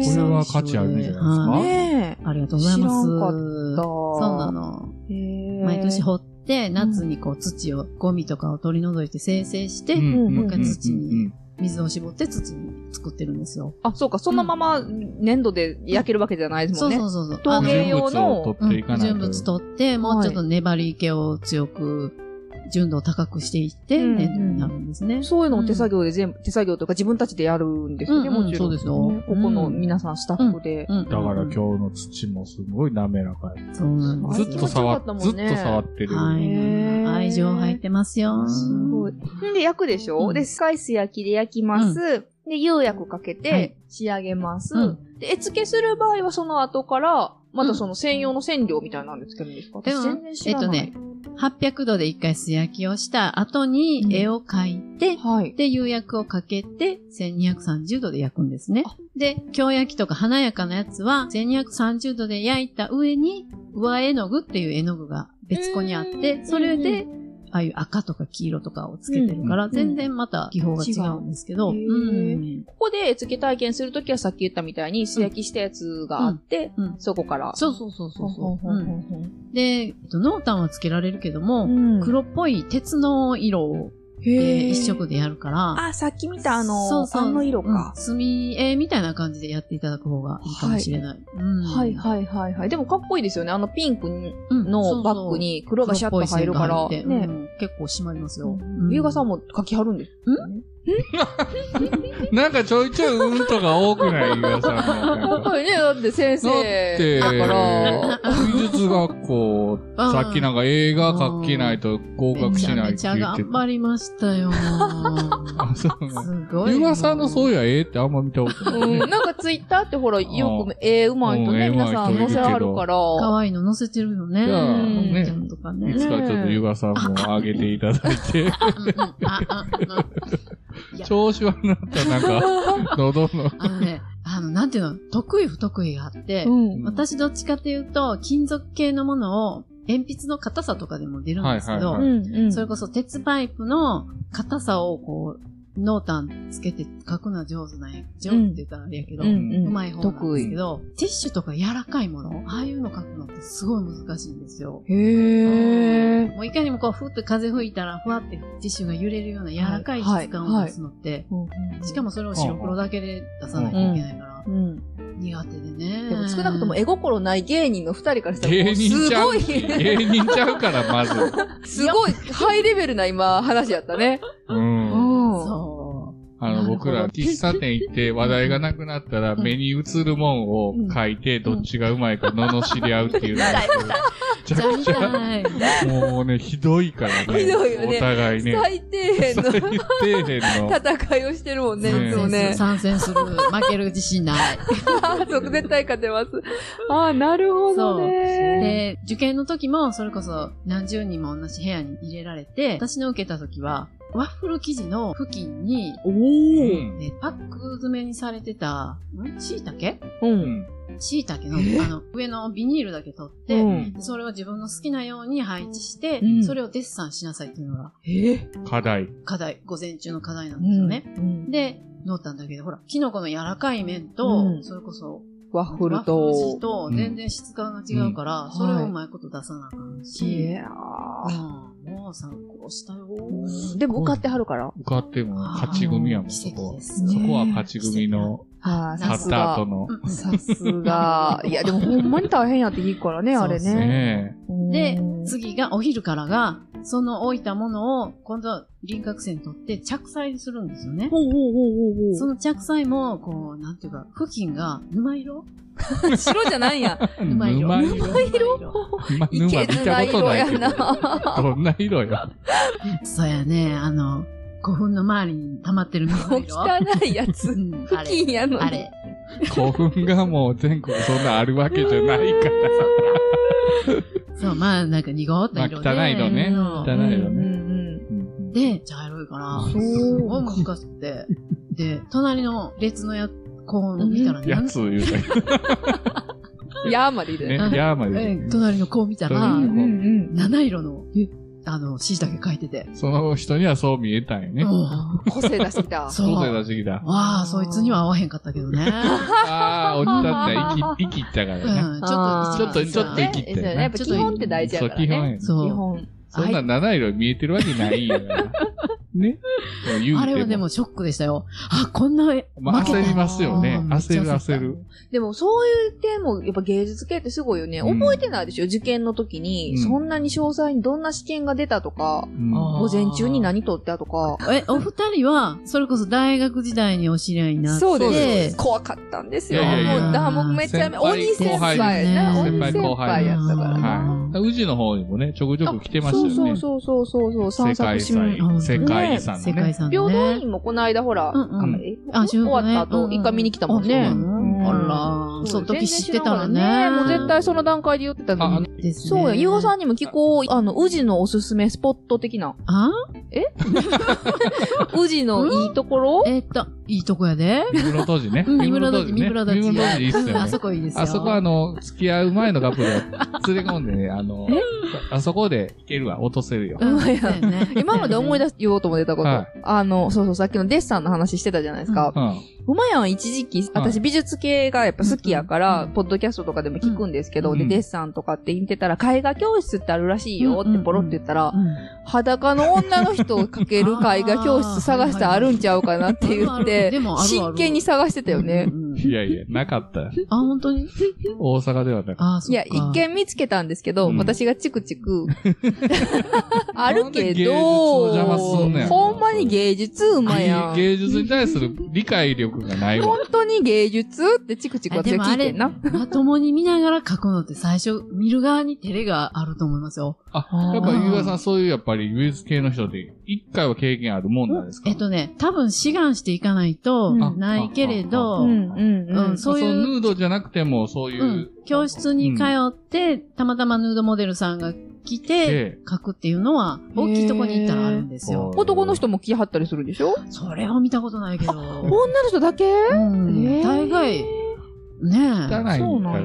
[SPEAKER 3] え。
[SPEAKER 1] これは
[SPEAKER 5] 地産地消
[SPEAKER 1] 価値あるんじゃないですか
[SPEAKER 5] は
[SPEAKER 3] ねえ。
[SPEAKER 5] ありがとうございます。
[SPEAKER 3] 知らんかった
[SPEAKER 5] そうなの。
[SPEAKER 3] へえ
[SPEAKER 5] 毎年掘って、夏にこう土を、ゴミとかを取り除いて生成して、
[SPEAKER 1] うんうん
[SPEAKER 5] もう一回土
[SPEAKER 1] うんうんう
[SPEAKER 5] に
[SPEAKER 1] ん、
[SPEAKER 5] 水を絞って土に作ってるんですよ。
[SPEAKER 3] あ、そうか、そのまま粘土で焼けるわけじゃないです
[SPEAKER 5] そ
[SPEAKER 3] もん
[SPEAKER 5] う
[SPEAKER 3] ね。
[SPEAKER 5] そうそうそう。
[SPEAKER 3] 陶芸用
[SPEAKER 1] 不純物を取っていかな
[SPEAKER 5] 不
[SPEAKER 1] いと。
[SPEAKER 5] 純物取って、もうちょっと粘り気を強く、純度を高くしていって、
[SPEAKER 3] うん
[SPEAKER 5] 粘土になるんですね。
[SPEAKER 3] そういうのを手作業で全部、手作業というか自分たちでやるんですよね、
[SPEAKER 5] うんうん
[SPEAKER 3] もちろん。
[SPEAKER 5] そうですよ
[SPEAKER 3] ねここの皆さんスタッフで。
[SPEAKER 5] だ
[SPEAKER 1] だから今日の土もすごい滑らかや。
[SPEAKER 5] 日、そうなんで
[SPEAKER 1] ず
[SPEAKER 5] す
[SPEAKER 1] っと触
[SPEAKER 3] 気持ちよかった
[SPEAKER 1] っ、
[SPEAKER 3] も
[SPEAKER 1] ず
[SPEAKER 3] ん
[SPEAKER 1] っ
[SPEAKER 3] ね
[SPEAKER 1] と触ってる。
[SPEAKER 5] は
[SPEAKER 3] へ
[SPEAKER 5] い。
[SPEAKER 3] ー
[SPEAKER 5] 愛情入ってますよ。
[SPEAKER 3] すごい。んで、焼くでしょ、
[SPEAKER 5] うん
[SPEAKER 3] で、スカイス焼きで焼きます。で、釉薬かけ
[SPEAKER 5] はい
[SPEAKER 3] て仕上げます、
[SPEAKER 5] うん
[SPEAKER 3] で、絵付けする場合はその後から、またその専用の染料みたいなんですけどいいですか、
[SPEAKER 5] でも
[SPEAKER 3] 私全然知
[SPEAKER 5] えっ
[SPEAKER 3] ら
[SPEAKER 5] と
[SPEAKER 3] ない。
[SPEAKER 5] ね、800度で一回素焼きをした後に
[SPEAKER 3] うん
[SPEAKER 5] 絵を描いて、
[SPEAKER 3] はい。
[SPEAKER 5] で、釉薬をかけて、1230度で焼くんですね。で、京焼きとか華やかなやつは、1230度で焼いた上に、上絵の具っていう絵の具が別個にあっ
[SPEAKER 3] う
[SPEAKER 5] て、
[SPEAKER 3] ん
[SPEAKER 5] それで、ああいう赤とか黄色とかをつけてるから、
[SPEAKER 1] うん
[SPEAKER 5] 全然また技法が違うんですけど、
[SPEAKER 3] 違うへ
[SPEAKER 5] ん
[SPEAKER 3] ここで絵付け体験するときはさっき言ったみたいに素焼きしたやつがあって、
[SPEAKER 5] うんうん
[SPEAKER 3] そこから。
[SPEAKER 5] そうそうそうそうそ
[SPEAKER 3] ほ
[SPEAKER 5] う。
[SPEAKER 3] んほんほ
[SPEAKER 5] うん
[SPEAKER 3] んほん
[SPEAKER 5] で、えっと濃淡はつけられるけども、
[SPEAKER 3] うん
[SPEAKER 5] 黒っぽい鉄の色を、
[SPEAKER 3] へ
[SPEAKER 5] えー
[SPEAKER 3] ー
[SPEAKER 5] 一色でやるから、
[SPEAKER 3] あ、さっき見たあの、
[SPEAKER 5] そうそう
[SPEAKER 3] あの色か。
[SPEAKER 5] うん墨絵みたいな感じでやっていただく方がいいかもしれない。うん
[SPEAKER 3] はいはいはいはい。でもかっこいいですよね。あのピンク
[SPEAKER 5] うんそ
[SPEAKER 3] の
[SPEAKER 5] うそ
[SPEAKER 3] バ
[SPEAKER 5] う
[SPEAKER 3] ッグに黒がシャッと入るから。
[SPEAKER 5] 黒っぽい線が入って
[SPEAKER 3] ね。
[SPEAKER 5] うん結構締まりますよ。
[SPEAKER 3] ゆうがさん
[SPEAKER 5] も。
[SPEAKER 3] も書きはるんです。
[SPEAKER 1] なんかちょいちょいうんとか多くない、岩井さんなんか。
[SPEAKER 3] いね、だって先
[SPEAKER 1] だって、
[SPEAKER 3] だから、
[SPEAKER 1] 美術学校、
[SPEAKER 5] うん
[SPEAKER 1] さっきなんか映画描けないと合
[SPEAKER 5] め
[SPEAKER 1] 格し
[SPEAKER 5] ちゃ
[SPEAKER 1] ないっ
[SPEAKER 5] め
[SPEAKER 1] て
[SPEAKER 5] ちゃ
[SPEAKER 1] 言っ
[SPEAKER 5] 頑
[SPEAKER 1] て
[SPEAKER 5] 張 *laughs*
[SPEAKER 1] た。
[SPEAKER 5] りましたよ。
[SPEAKER 1] あそうなの
[SPEAKER 5] すごい。
[SPEAKER 1] 湯川さんのそう
[SPEAKER 5] う
[SPEAKER 1] いやええってあんま見たこと
[SPEAKER 3] う
[SPEAKER 1] ないね。
[SPEAKER 3] ん、なんかツイッターってほら、よ
[SPEAKER 1] あ
[SPEAKER 3] く絵うまいと
[SPEAKER 1] うん絵
[SPEAKER 3] ね、
[SPEAKER 1] うまい人
[SPEAKER 3] 皆さん載せはるから。
[SPEAKER 5] 可愛いの載せてるよね。
[SPEAKER 1] じゃあ
[SPEAKER 5] うん
[SPEAKER 1] ね
[SPEAKER 5] ちゃんとか
[SPEAKER 1] い
[SPEAKER 5] ね。
[SPEAKER 1] つかちょっと湯川さんもあげていただいて、
[SPEAKER 5] うんうんあ、あ、あいや
[SPEAKER 1] 調子悪なったらなんか、喉
[SPEAKER 5] *laughs*
[SPEAKER 1] の、 *laughs*
[SPEAKER 5] あのね、あの、なんていうの、得意不得意があって、
[SPEAKER 3] うん。
[SPEAKER 5] 私どっちかというと、金属系のものを、鉛筆の硬さとかでも出るんですけ
[SPEAKER 1] は
[SPEAKER 5] ど、
[SPEAKER 1] いは
[SPEAKER 3] う
[SPEAKER 1] い
[SPEAKER 3] ん。うん。
[SPEAKER 5] それこそ鉄パイプの硬さをこう、濃淡つけて書くのは上手なんや。上手って言ったらあれやけど、
[SPEAKER 3] う
[SPEAKER 5] うん
[SPEAKER 3] うん
[SPEAKER 5] まい方なんですけど、ティッシュとか柔らかいもの、ああいうの書くのってすごい難しいんですよ。
[SPEAKER 3] へー。
[SPEAKER 5] もういかにもこう、ふって風吹いたら、ふわってティッシュが揺れるような柔らかい質感を出すのって、しかもそれを白黒だけで出さなきゃいけないから、
[SPEAKER 3] うん。
[SPEAKER 5] 苦手でね。
[SPEAKER 3] でも少なくとも絵心ない芸人の二人からしたらも
[SPEAKER 1] 芸
[SPEAKER 3] う
[SPEAKER 1] 人
[SPEAKER 3] す
[SPEAKER 1] ちゃ
[SPEAKER 3] ご
[SPEAKER 1] う、
[SPEAKER 3] い、
[SPEAKER 1] 芸人ちゃうから、まず。
[SPEAKER 3] *laughs* すごいハイレベルな今話やったね。
[SPEAKER 1] うん。
[SPEAKER 5] そ
[SPEAKER 1] あの、僕ら、喫茶店行って話題がなくなったら、
[SPEAKER 5] うん
[SPEAKER 1] 目に映るもんを書いて、どっちがうまいか罵り合うっていうのが、 *laughs*
[SPEAKER 5] う。じゃあ、みたい。
[SPEAKER 1] もうね、ひどいからね。
[SPEAKER 3] ひどいよね
[SPEAKER 1] お互いね。
[SPEAKER 3] 最低限
[SPEAKER 1] 最
[SPEAKER 3] の
[SPEAKER 1] 低限の。
[SPEAKER 3] 戦いをしてるもんね、
[SPEAKER 1] ね
[SPEAKER 3] いつもね。
[SPEAKER 5] 参戦する。負ける自信ない。
[SPEAKER 3] あそう絶対勝てます。ああ、なるほどね。
[SPEAKER 5] で、受験の時も、それこそ何十人も同じ部屋に入れられて、私の受けた時は、ワッフル生地の付近に、
[SPEAKER 3] お
[SPEAKER 1] う
[SPEAKER 3] ー。
[SPEAKER 1] ん
[SPEAKER 5] えパック詰めにされてた、ん椎茸
[SPEAKER 3] う。
[SPEAKER 1] うんん。
[SPEAKER 5] 椎茸の、
[SPEAKER 3] え
[SPEAKER 5] あの、上のビニールだけ取っ
[SPEAKER 3] う
[SPEAKER 5] て、
[SPEAKER 3] ん。
[SPEAKER 5] それを自分の好きなように配置して、
[SPEAKER 3] うん
[SPEAKER 5] それをデッサンしなさいっていうのが
[SPEAKER 3] え
[SPEAKER 1] 課題。
[SPEAKER 5] 課題、午前中の課題なんですよ
[SPEAKER 3] うん。
[SPEAKER 5] ね。
[SPEAKER 3] うん
[SPEAKER 5] で、乗ったんだけど、ほら、キノコの柔らかい面と、
[SPEAKER 3] うん
[SPEAKER 5] それこそ、
[SPEAKER 3] ワッフル
[SPEAKER 5] ワッフル地
[SPEAKER 3] と。
[SPEAKER 5] と全然質感が違うから、
[SPEAKER 3] ん
[SPEAKER 5] それをうまいこと出さなあかん
[SPEAKER 3] い
[SPEAKER 5] し、
[SPEAKER 3] や
[SPEAKER 5] うんもう参考したよ。
[SPEAKER 3] ー。でも受かってはるから。
[SPEAKER 1] 受かっても勝ち組やもん、そ
[SPEAKER 5] 奇跡
[SPEAKER 1] こ
[SPEAKER 5] で
[SPEAKER 1] は。
[SPEAKER 5] す
[SPEAKER 1] そ
[SPEAKER 5] ね。
[SPEAKER 1] こは勝ち組の、
[SPEAKER 3] あー
[SPEAKER 5] さ
[SPEAKER 1] 買
[SPEAKER 3] さ
[SPEAKER 1] っ
[SPEAKER 3] す
[SPEAKER 1] た
[SPEAKER 3] が
[SPEAKER 1] 後。の。
[SPEAKER 5] うん
[SPEAKER 3] さす
[SPEAKER 5] *laughs*
[SPEAKER 3] が。いや、でもほんまに大変やっていいからね、
[SPEAKER 5] そ
[SPEAKER 3] あ
[SPEAKER 5] うで
[SPEAKER 3] れ
[SPEAKER 5] す
[SPEAKER 3] ね。
[SPEAKER 1] ね
[SPEAKER 5] で
[SPEAKER 3] うん、
[SPEAKER 5] 次がお昼からが、その置いたものを、今度輪郭線取って着彩するんですよね。
[SPEAKER 3] ほうほうほうほうほう。
[SPEAKER 5] その着彩も、こう、なんていうか、付近が沼色
[SPEAKER 3] 白じゃないんや。
[SPEAKER 1] え。
[SPEAKER 5] 沼色。
[SPEAKER 1] 沼色。
[SPEAKER 5] 沼色
[SPEAKER 1] *laughs* 沼沼見たことないけど。
[SPEAKER 3] な。
[SPEAKER 1] どんな色よ。
[SPEAKER 5] そうやね、あの、古墳の周りに溜まってる沼色。
[SPEAKER 3] *laughs* 汚いやつ。
[SPEAKER 1] *laughs*
[SPEAKER 5] うんあ
[SPEAKER 3] 付
[SPEAKER 5] れ。
[SPEAKER 3] 近やのに。
[SPEAKER 5] あれ。
[SPEAKER 1] 古墳がもう全国そんなあるわけじゃ
[SPEAKER 5] *laughs*
[SPEAKER 1] ないから。
[SPEAKER 5] そう、まあ、なんか濁った色で。
[SPEAKER 1] まあ汚い色ね
[SPEAKER 5] うん
[SPEAKER 1] 汚いよね
[SPEAKER 3] ね。
[SPEAKER 5] で、茶色いから、
[SPEAKER 3] そう
[SPEAKER 5] すごい難しくて。で、隣の列のや、こう見たら、
[SPEAKER 1] や
[SPEAKER 5] なん
[SPEAKER 1] つ言うたけ
[SPEAKER 3] やーまでで。
[SPEAKER 1] どね。やーま
[SPEAKER 5] え
[SPEAKER 1] で。
[SPEAKER 5] 隣の子を見た
[SPEAKER 1] う
[SPEAKER 5] ら
[SPEAKER 1] ん、
[SPEAKER 3] ん
[SPEAKER 5] 七色の、あの、椎茸書いてて。
[SPEAKER 1] その人にはそう見えたんよね。
[SPEAKER 5] うん
[SPEAKER 3] 個
[SPEAKER 1] *laughs*
[SPEAKER 3] 性出してきた。
[SPEAKER 5] そ
[SPEAKER 1] 個
[SPEAKER 5] う。
[SPEAKER 1] 性出してき
[SPEAKER 5] *laughs*
[SPEAKER 1] た。
[SPEAKER 5] わあ、そいつには合わへんかったけ
[SPEAKER 1] *laughs*
[SPEAKER 5] どね。
[SPEAKER 1] ああ、おったった、生き、生きったか
[SPEAKER 5] う
[SPEAKER 1] らね。
[SPEAKER 5] ん、
[SPEAKER 3] あー
[SPEAKER 5] ちょっ
[SPEAKER 1] ち
[SPEAKER 5] と、
[SPEAKER 1] ょっとちょっと生きてるね
[SPEAKER 3] ねやっぱ基本って大事や
[SPEAKER 1] そ
[SPEAKER 3] か
[SPEAKER 1] う、
[SPEAKER 3] ら
[SPEAKER 1] 基本や
[SPEAKER 3] ね。
[SPEAKER 1] ね。
[SPEAKER 5] そう
[SPEAKER 3] 基本。
[SPEAKER 1] そんな七色見えてるわけないよな。ね言うても
[SPEAKER 5] あれはでもショックでしたよ。あ、こんな、負け
[SPEAKER 1] まあ、
[SPEAKER 5] た
[SPEAKER 1] 焦りますよね
[SPEAKER 5] う。ん
[SPEAKER 1] 焦る焦る。
[SPEAKER 3] でもそういう点もやっぱ芸術系ってすごいよね。
[SPEAKER 1] うん
[SPEAKER 3] 覚えてないでしょ受験の時に、
[SPEAKER 1] うん
[SPEAKER 3] そんなに詳細にどんな試験が出たとか、
[SPEAKER 1] うん
[SPEAKER 5] あー
[SPEAKER 3] 午前中に何取ったとか。
[SPEAKER 5] え、お二人は、それこそ大学時代にお知り合いになって。
[SPEAKER 3] 怖かったんですよ。
[SPEAKER 1] いやいやいや
[SPEAKER 3] もう、だ、もうめちゃめ
[SPEAKER 1] 先
[SPEAKER 3] ちゃ、
[SPEAKER 1] 輩
[SPEAKER 3] 鬼先輩やな。
[SPEAKER 5] 後
[SPEAKER 1] 輩
[SPEAKER 3] 鬼先輩やったからな。
[SPEAKER 1] はい。宇治の方にもね、ちょくちょく来てました
[SPEAKER 3] そ
[SPEAKER 1] よ
[SPEAKER 3] う
[SPEAKER 1] ね。
[SPEAKER 3] そうそうそうそうそう、
[SPEAKER 1] 世
[SPEAKER 3] 散策
[SPEAKER 1] 界遺
[SPEAKER 3] しも
[SPEAKER 5] う
[SPEAKER 1] 産、
[SPEAKER 5] ん
[SPEAKER 1] 世界遺産の
[SPEAKER 5] 世界遺
[SPEAKER 1] ね。
[SPEAKER 5] 産
[SPEAKER 3] 平等
[SPEAKER 5] のね。
[SPEAKER 3] 院もこの間ほら、
[SPEAKER 5] うんうん
[SPEAKER 3] あのえ
[SPEAKER 5] あ修復ね
[SPEAKER 3] 終わった後、一回見に来たもんね。
[SPEAKER 5] あそうなの
[SPEAKER 3] うん
[SPEAKER 5] あら、その時知ってたら
[SPEAKER 3] 全然知ら
[SPEAKER 5] ね。
[SPEAKER 3] なかったねもう絶対その段階で言ってた
[SPEAKER 1] ああ
[SPEAKER 3] の
[SPEAKER 1] の
[SPEAKER 3] に。
[SPEAKER 5] ですね。
[SPEAKER 3] そうや、ゆうがさんにも聞こう。あの、宇治のおすすめスポット的
[SPEAKER 5] *laughs*
[SPEAKER 3] な。
[SPEAKER 5] あ
[SPEAKER 3] 宇治のいいところ
[SPEAKER 5] えっと、いいとこやで。
[SPEAKER 1] 三室戸寺ね。
[SPEAKER 5] うん三室戸寺、
[SPEAKER 1] ね
[SPEAKER 5] 三室戸寺。
[SPEAKER 1] 三寺いいっすよ
[SPEAKER 5] うんあ
[SPEAKER 1] ね
[SPEAKER 5] そ。こいいですよ。
[SPEAKER 1] あそこあの、付き合う前のカップルを連れ込んでね、あの、あそこでいけるわ、落とせるよ。
[SPEAKER 5] うん
[SPEAKER 3] そうや
[SPEAKER 5] そうやね
[SPEAKER 3] 今まで思い
[SPEAKER 5] し
[SPEAKER 3] 出す、言おうと思ってたこと。
[SPEAKER 1] はい
[SPEAKER 3] あの、そうそう、さっきのデッサンの話してたじゃないですか。
[SPEAKER 1] うん。
[SPEAKER 3] うまやん一時期、私美術系がやっぱ好きやから、ポッドキャストとかでも聞くんですけど、
[SPEAKER 1] うん
[SPEAKER 3] で、デッサンとかって言ってたら、絵画教室ってあるらしいよってポロって言ったら、
[SPEAKER 5] た。うん
[SPEAKER 3] 裸の女の人を描ける絵画教室探してあるんちゃうかなって言っ
[SPEAKER 5] *laughs* あるあるで
[SPEAKER 3] て
[SPEAKER 5] もあるあ、る
[SPEAKER 3] 真剣に探してたよね。。
[SPEAKER 5] うん
[SPEAKER 1] いやいや、なかったよ。
[SPEAKER 5] あ、本当に
[SPEAKER 1] 大阪ではなかっ
[SPEAKER 5] あ、そ
[SPEAKER 3] い
[SPEAKER 5] っ
[SPEAKER 3] や、一
[SPEAKER 5] か。
[SPEAKER 3] 見見つけたんですけど、
[SPEAKER 1] うん
[SPEAKER 3] 私がチクチ
[SPEAKER 5] *laughs*
[SPEAKER 3] ク。ある
[SPEAKER 1] な
[SPEAKER 3] けど、
[SPEAKER 1] んで芸術の邪魔すんねん
[SPEAKER 3] ほんまに芸術うま
[SPEAKER 1] た。
[SPEAKER 3] やん。
[SPEAKER 1] 芸術に対する理解力がないわ
[SPEAKER 3] 本。当に芸術ってチクチク
[SPEAKER 5] あ
[SPEAKER 3] 私
[SPEAKER 5] で
[SPEAKER 3] は
[SPEAKER 5] も
[SPEAKER 3] 聞
[SPEAKER 5] あ
[SPEAKER 3] いて
[SPEAKER 5] れ、
[SPEAKER 3] んな。
[SPEAKER 5] まともに見ながら書くのって最初、見る側に照れがあると思いますよ。
[SPEAKER 1] あ、やっぱ、ゆうがさん、そういう、やっぱり、美術系の人で、一回は経験あるもんなんですか
[SPEAKER 5] えっ、とね、多分志願していかないと、
[SPEAKER 3] うん
[SPEAKER 1] あ
[SPEAKER 5] ないけれ
[SPEAKER 1] あ
[SPEAKER 5] ど、
[SPEAKER 1] あ
[SPEAKER 5] う
[SPEAKER 1] あ
[SPEAKER 5] ん、
[SPEAKER 3] ん
[SPEAKER 5] うん
[SPEAKER 1] そ
[SPEAKER 5] そうう
[SPEAKER 1] い。
[SPEAKER 5] いうう
[SPEAKER 1] ヌードじゃなくても、そういう。
[SPEAKER 5] 教室に通って、たまたまヌードモデルさんが来て
[SPEAKER 1] え、
[SPEAKER 5] 書くっていうのは、大きいとこに行ったらあるんですよ。
[SPEAKER 3] 男の人も着はったりするでしょ
[SPEAKER 5] それは見たことないけど、う
[SPEAKER 3] 女の人だけ
[SPEAKER 5] ん
[SPEAKER 3] えー
[SPEAKER 5] 大概、ね
[SPEAKER 1] 汚い
[SPEAKER 5] え。
[SPEAKER 1] から。
[SPEAKER 3] そうなん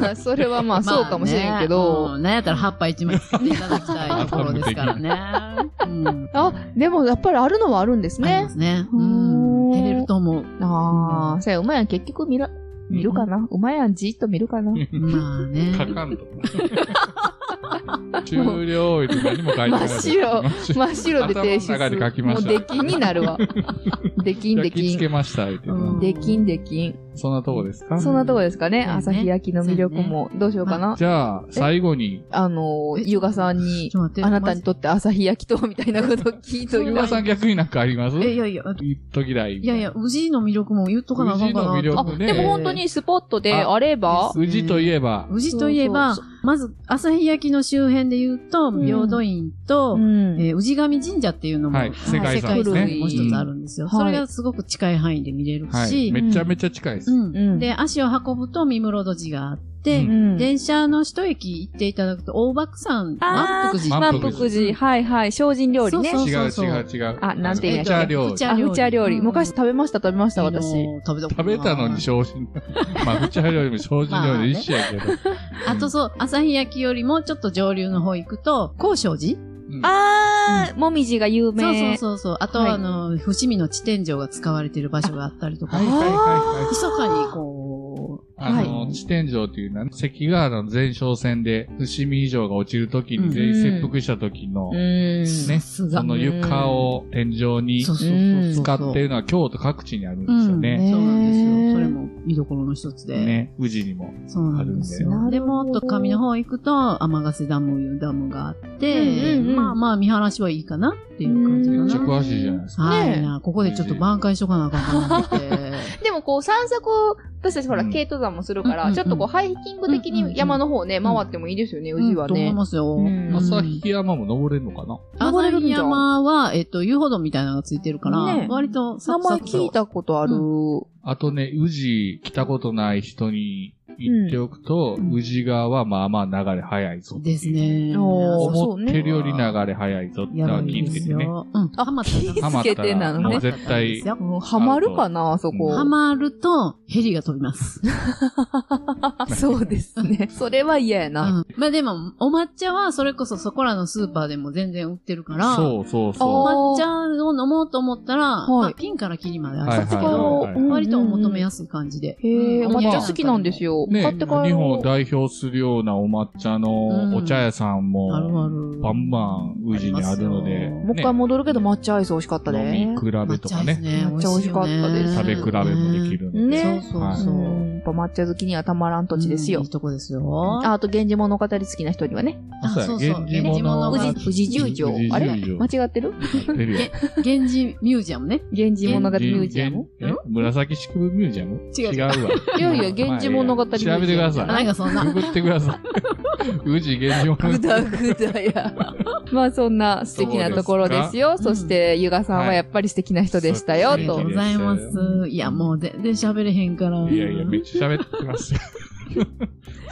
[SPEAKER 3] まあ、それはまあ、
[SPEAKER 5] *laughs*
[SPEAKER 3] そうかもしれんけ
[SPEAKER 5] まあね
[SPEAKER 3] ど。
[SPEAKER 5] うんなんやったら葉っぱ一枚つけていただきたいところですから
[SPEAKER 3] *laughs*
[SPEAKER 5] ね。うん。
[SPEAKER 3] あ、でもやっぱりあるのはあるんです
[SPEAKER 5] あり
[SPEAKER 3] ね
[SPEAKER 5] ま。すね。
[SPEAKER 3] う
[SPEAKER 5] うんん。照れると思う。
[SPEAKER 3] ああ、そうや、うまやん、結局見ら、見るかなうまやん、じーっと見るかな
[SPEAKER 5] まあね。
[SPEAKER 1] 書かん
[SPEAKER 5] *laughs*
[SPEAKER 1] と。終了で何も書いてない。
[SPEAKER 3] 真っ白
[SPEAKER 1] 真っ白。
[SPEAKER 3] 真っ白で提出。
[SPEAKER 1] 頭の中で書きました
[SPEAKER 3] もう、出禁にな
[SPEAKER 1] *laughs*
[SPEAKER 3] るわ。出禁、出
[SPEAKER 1] 焼き
[SPEAKER 3] 禁
[SPEAKER 1] 付け。ました、言うて
[SPEAKER 5] うん
[SPEAKER 3] 出禁、出禁。
[SPEAKER 1] そんなとこですか
[SPEAKER 3] そんなとこですかね、
[SPEAKER 5] うん
[SPEAKER 3] 朝日焼きの魅力も。どうしようかな。
[SPEAKER 1] じゃあ、最後に、
[SPEAKER 3] あのー、ゆうがさんに
[SPEAKER 5] ち、ょっと待って。
[SPEAKER 3] あなたにとって朝日焼きとはみたいなことを聞い
[SPEAKER 1] *laughs*
[SPEAKER 3] と
[SPEAKER 5] そう
[SPEAKER 3] い
[SPEAKER 1] ゆ
[SPEAKER 3] て
[SPEAKER 1] うがさん逆になんかあります
[SPEAKER 5] マジえ、いやいや、
[SPEAKER 1] 一時代。
[SPEAKER 5] いやいや、宇治の魅力も言っとかなあかんかなと。
[SPEAKER 1] 宇治の魅
[SPEAKER 3] あ、
[SPEAKER 1] 力ね
[SPEAKER 3] でも本当にスポットであれば、
[SPEAKER 1] 宇治といえば、
[SPEAKER 5] 宇治といえば、
[SPEAKER 3] そう
[SPEAKER 5] まず、朝日焼きの周辺で言うと、
[SPEAKER 3] ん
[SPEAKER 5] 平等院と、
[SPEAKER 3] ん。
[SPEAKER 5] えー宇治神神社っていうのも、
[SPEAKER 1] はい
[SPEAKER 5] あ
[SPEAKER 1] 世界遺産
[SPEAKER 5] 世
[SPEAKER 1] ですね
[SPEAKER 5] もう一つあるんですよ、
[SPEAKER 3] はい
[SPEAKER 5] それがすごく近い範囲で見れるし、
[SPEAKER 1] はい。めちゃめちゃ近いです。
[SPEAKER 5] うん
[SPEAKER 3] うん
[SPEAKER 5] で、足を運ぶと三室戸寺があって、
[SPEAKER 1] うん
[SPEAKER 3] ん
[SPEAKER 5] 電車の一駅行っていただくと、大漠山、満
[SPEAKER 3] あ
[SPEAKER 5] 福
[SPEAKER 3] ー
[SPEAKER 5] 寺。
[SPEAKER 1] 満
[SPEAKER 3] 満
[SPEAKER 1] 腹
[SPEAKER 3] 腹
[SPEAKER 1] 寺
[SPEAKER 3] 寺。はいはい。精進料理ね。
[SPEAKER 5] そう
[SPEAKER 1] 違
[SPEAKER 5] そううそう
[SPEAKER 1] 違う違う。
[SPEAKER 3] あなんて言うんやっ
[SPEAKER 1] う
[SPEAKER 3] け
[SPEAKER 1] チャー料理
[SPEAKER 5] 福。ちゃ
[SPEAKER 3] あ、フチャー料
[SPEAKER 5] う
[SPEAKER 3] 理。
[SPEAKER 5] ん
[SPEAKER 3] 昔食べました、食べました、
[SPEAKER 5] あのー
[SPEAKER 3] 私。
[SPEAKER 5] 食べたこと
[SPEAKER 1] 食
[SPEAKER 5] ない
[SPEAKER 1] べたのに精進。まあ、不茶料理も精進料理で一緒やけど。
[SPEAKER 5] あとそう、朝日焼きよりもちょっと上流の方行くと、高尚寺
[SPEAKER 1] うん
[SPEAKER 3] あー、もみじが有
[SPEAKER 5] そう
[SPEAKER 3] 名。
[SPEAKER 5] そうそうそう。あと
[SPEAKER 3] は
[SPEAKER 5] はいあの、伏見の地点上が使われている場所があったりとか
[SPEAKER 1] はい、はいはいはい。
[SPEAKER 5] 密かにこう、
[SPEAKER 1] あの、
[SPEAKER 5] はい
[SPEAKER 1] 地天井っていうのは、関ヶ原の前哨戦で、伏見以上が落ちるときに、全員切腹したときの、
[SPEAKER 3] うん。
[SPEAKER 1] ね、
[SPEAKER 5] す
[SPEAKER 1] その床を天井に
[SPEAKER 5] そう
[SPEAKER 1] 使
[SPEAKER 5] そうそうそう。
[SPEAKER 1] っているのは京都各地にあるんですよね。
[SPEAKER 5] そうなんです
[SPEAKER 3] へー
[SPEAKER 5] よ。それも見どころの一つで。
[SPEAKER 1] ね、宇治にも。
[SPEAKER 5] そうなんです
[SPEAKER 1] あ
[SPEAKER 3] るん
[SPEAKER 5] よ。
[SPEAKER 3] だ
[SPEAKER 5] で
[SPEAKER 3] よな
[SPEAKER 5] も
[SPEAKER 3] る
[SPEAKER 5] っ
[SPEAKER 3] ほど
[SPEAKER 5] と上の方行くと、天ヶ瀬ダムいうダムがあって、
[SPEAKER 3] うんうんうん
[SPEAKER 5] まあまあ見晴らしはいいかなっていう感じ
[SPEAKER 1] め
[SPEAKER 5] か
[SPEAKER 1] っちゃ
[SPEAKER 5] な。
[SPEAKER 1] 詳しいじゃないですか。
[SPEAKER 5] はい
[SPEAKER 3] ね
[SPEAKER 5] な。ここでちょっと挽回しとかなあかんと思って。
[SPEAKER 3] でもこう散策を、私たちほら、
[SPEAKER 1] うん
[SPEAKER 3] 軽登山もするから、
[SPEAKER 5] うん
[SPEAKER 3] ちょっとこう、ハイキング的
[SPEAKER 5] うんうんう
[SPEAKER 3] に
[SPEAKER 5] ん
[SPEAKER 3] 山の方ね、回ってもいいですよね、宇治は
[SPEAKER 5] と思い
[SPEAKER 3] ね。
[SPEAKER 5] ますよ。
[SPEAKER 3] うん
[SPEAKER 1] 朝日山も登れるのかな
[SPEAKER 5] 朝
[SPEAKER 3] 登れるん
[SPEAKER 5] 日
[SPEAKER 3] じゃん
[SPEAKER 5] 山は、えっと、遊歩道みたいなのがついてるから、
[SPEAKER 3] ね
[SPEAKER 5] 割とサ
[SPEAKER 3] 名
[SPEAKER 5] クサ
[SPEAKER 3] 前
[SPEAKER 5] クと
[SPEAKER 3] 聞いたことある。
[SPEAKER 1] あとね、宇治来たことない人に言っておくと、
[SPEAKER 5] うん
[SPEAKER 1] 宇治川はまあまあ流れ早いぞ。
[SPEAKER 5] ですね。
[SPEAKER 3] おー
[SPEAKER 1] 思ってるより流れ早いぞって
[SPEAKER 5] やばい
[SPEAKER 1] 聞い
[SPEAKER 5] で
[SPEAKER 1] て
[SPEAKER 5] す
[SPEAKER 1] てね。
[SPEAKER 5] よ。うん。ハマったら
[SPEAKER 3] 気
[SPEAKER 1] ハマった
[SPEAKER 3] つけてな
[SPEAKER 1] ら
[SPEAKER 3] のね
[SPEAKER 1] もう絶対、
[SPEAKER 3] うんハマるかな、あそこ。
[SPEAKER 5] ハマると、ヘリが飛びます。
[SPEAKER 3] そうです *laughs* ね。それは嫌や
[SPEAKER 5] う
[SPEAKER 3] な。
[SPEAKER 5] ん。まあでも、お抹茶はそれこそそこらのスーパーでも全然売ってるから、
[SPEAKER 1] そうそう
[SPEAKER 3] あ
[SPEAKER 1] そ
[SPEAKER 5] 抹茶を飲もうと思ったら、
[SPEAKER 3] い
[SPEAKER 5] まあ、ピンからキリまであるんですけ
[SPEAKER 1] はいはい
[SPEAKER 5] ど
[SPEAKER 1] はい、
[SPEAKER 5] 割とお求めやすい感じで。
[SPEAKER 3] へえ、
[SPEAKER 5] う
[SPEAKER 3] お
[SPEAKER 5] ん
[SPEAKER 3] 抹茶好きなんですよ。
[SPEAKER 1] う。ね、
[SPEAKER 3] 買っ
[SPEAKER 1] 日
[SPEAKER 3] て帰ろう。
[SPEAKER 1] 本を代表するようなお抹茶のお茶屋さん
[SPEAKER 5] ある
[SPEAKER 1] も、
[SPEAKER 5] ある。
[SPEAKER 1] バンバン宇治にあるので、
[SPEAKER 3] もう一回戻るけど、抹茶アイス美味しかった
[SPEAKER 1] 飲み
[SPEAKER 3] ね。
[SPEAKER 1] 比べとかね、
[SPEAKER 5] 抹茶ですね。
[SPEAKER 1] 食べ比べもでき
[SPEAKER 5] る。
[SPEAKER 1] るので。
[SPEAKER 3] ね。
[SPEAKER 5] そうそうそう
[SPEAKER 3] う。んやっぱ抹茶好きにはたまらん土地です
[SPEAKER 5] うん
[SPEAKER 3] よ
[SPEAKER 5] いい。とこですよ。
[SPEAKER 3] ああと、源氏物語好きな人にはね。
[SPEAKER 1] あそうや源氏物
[SPEAKER 3] 宇
[SPEAKER 1] 語
[SPEAKER 5] 源
[SPEAKER 3] 治、
[SPEAKER 5] 氏
[SPEAKER 3] 宇治十条
[SPEAKER 1] 宇治十。条
[SPEAKER 3] あれ間違ってる
[SPEAKER 1] 出るよ
[SPEAKER 5] 源氏ミュージアムね。
[SPEAKER 3] 源氏物語ミュージアム
[SPEAKER 1] え紫式部ミュージアム
[SPEAKER 5] 違う
[SPEAKER 1] 違うわ。
[SPEAKER 3] いやいや源氏物語
[SPEAKER 1] まあええや調べてくださ。
[SPEAKER 5] ないんかそんな。
[SPEAKER 1] ググってください。宇治源氏物
[SPEAKER 3] ぐ
[SPEAKER 1] 語。
[SPEAKER 3] だぐだや。 *laughs* まあそんな素敵なところですよ。
[SPEAKER 5] そう
[SPEAKER 3] そ
[SPEAKER 5] ですか
[SPEAKER 3] して、ゆがさんはやっぱり素敵な人でした
[SPEAKER 1] は
[SPEAKER 3] よ、
[SPEAKER 5] あ
[SPEAKER 1] い
[SPEAKER 5] りがとう
[SPEAKER 3] と。
[SPEAKER 5] ございます。いや、もう全然喋れへんから。
[SPEAKER 1] いやいや、めっちゃ喋ってますよ。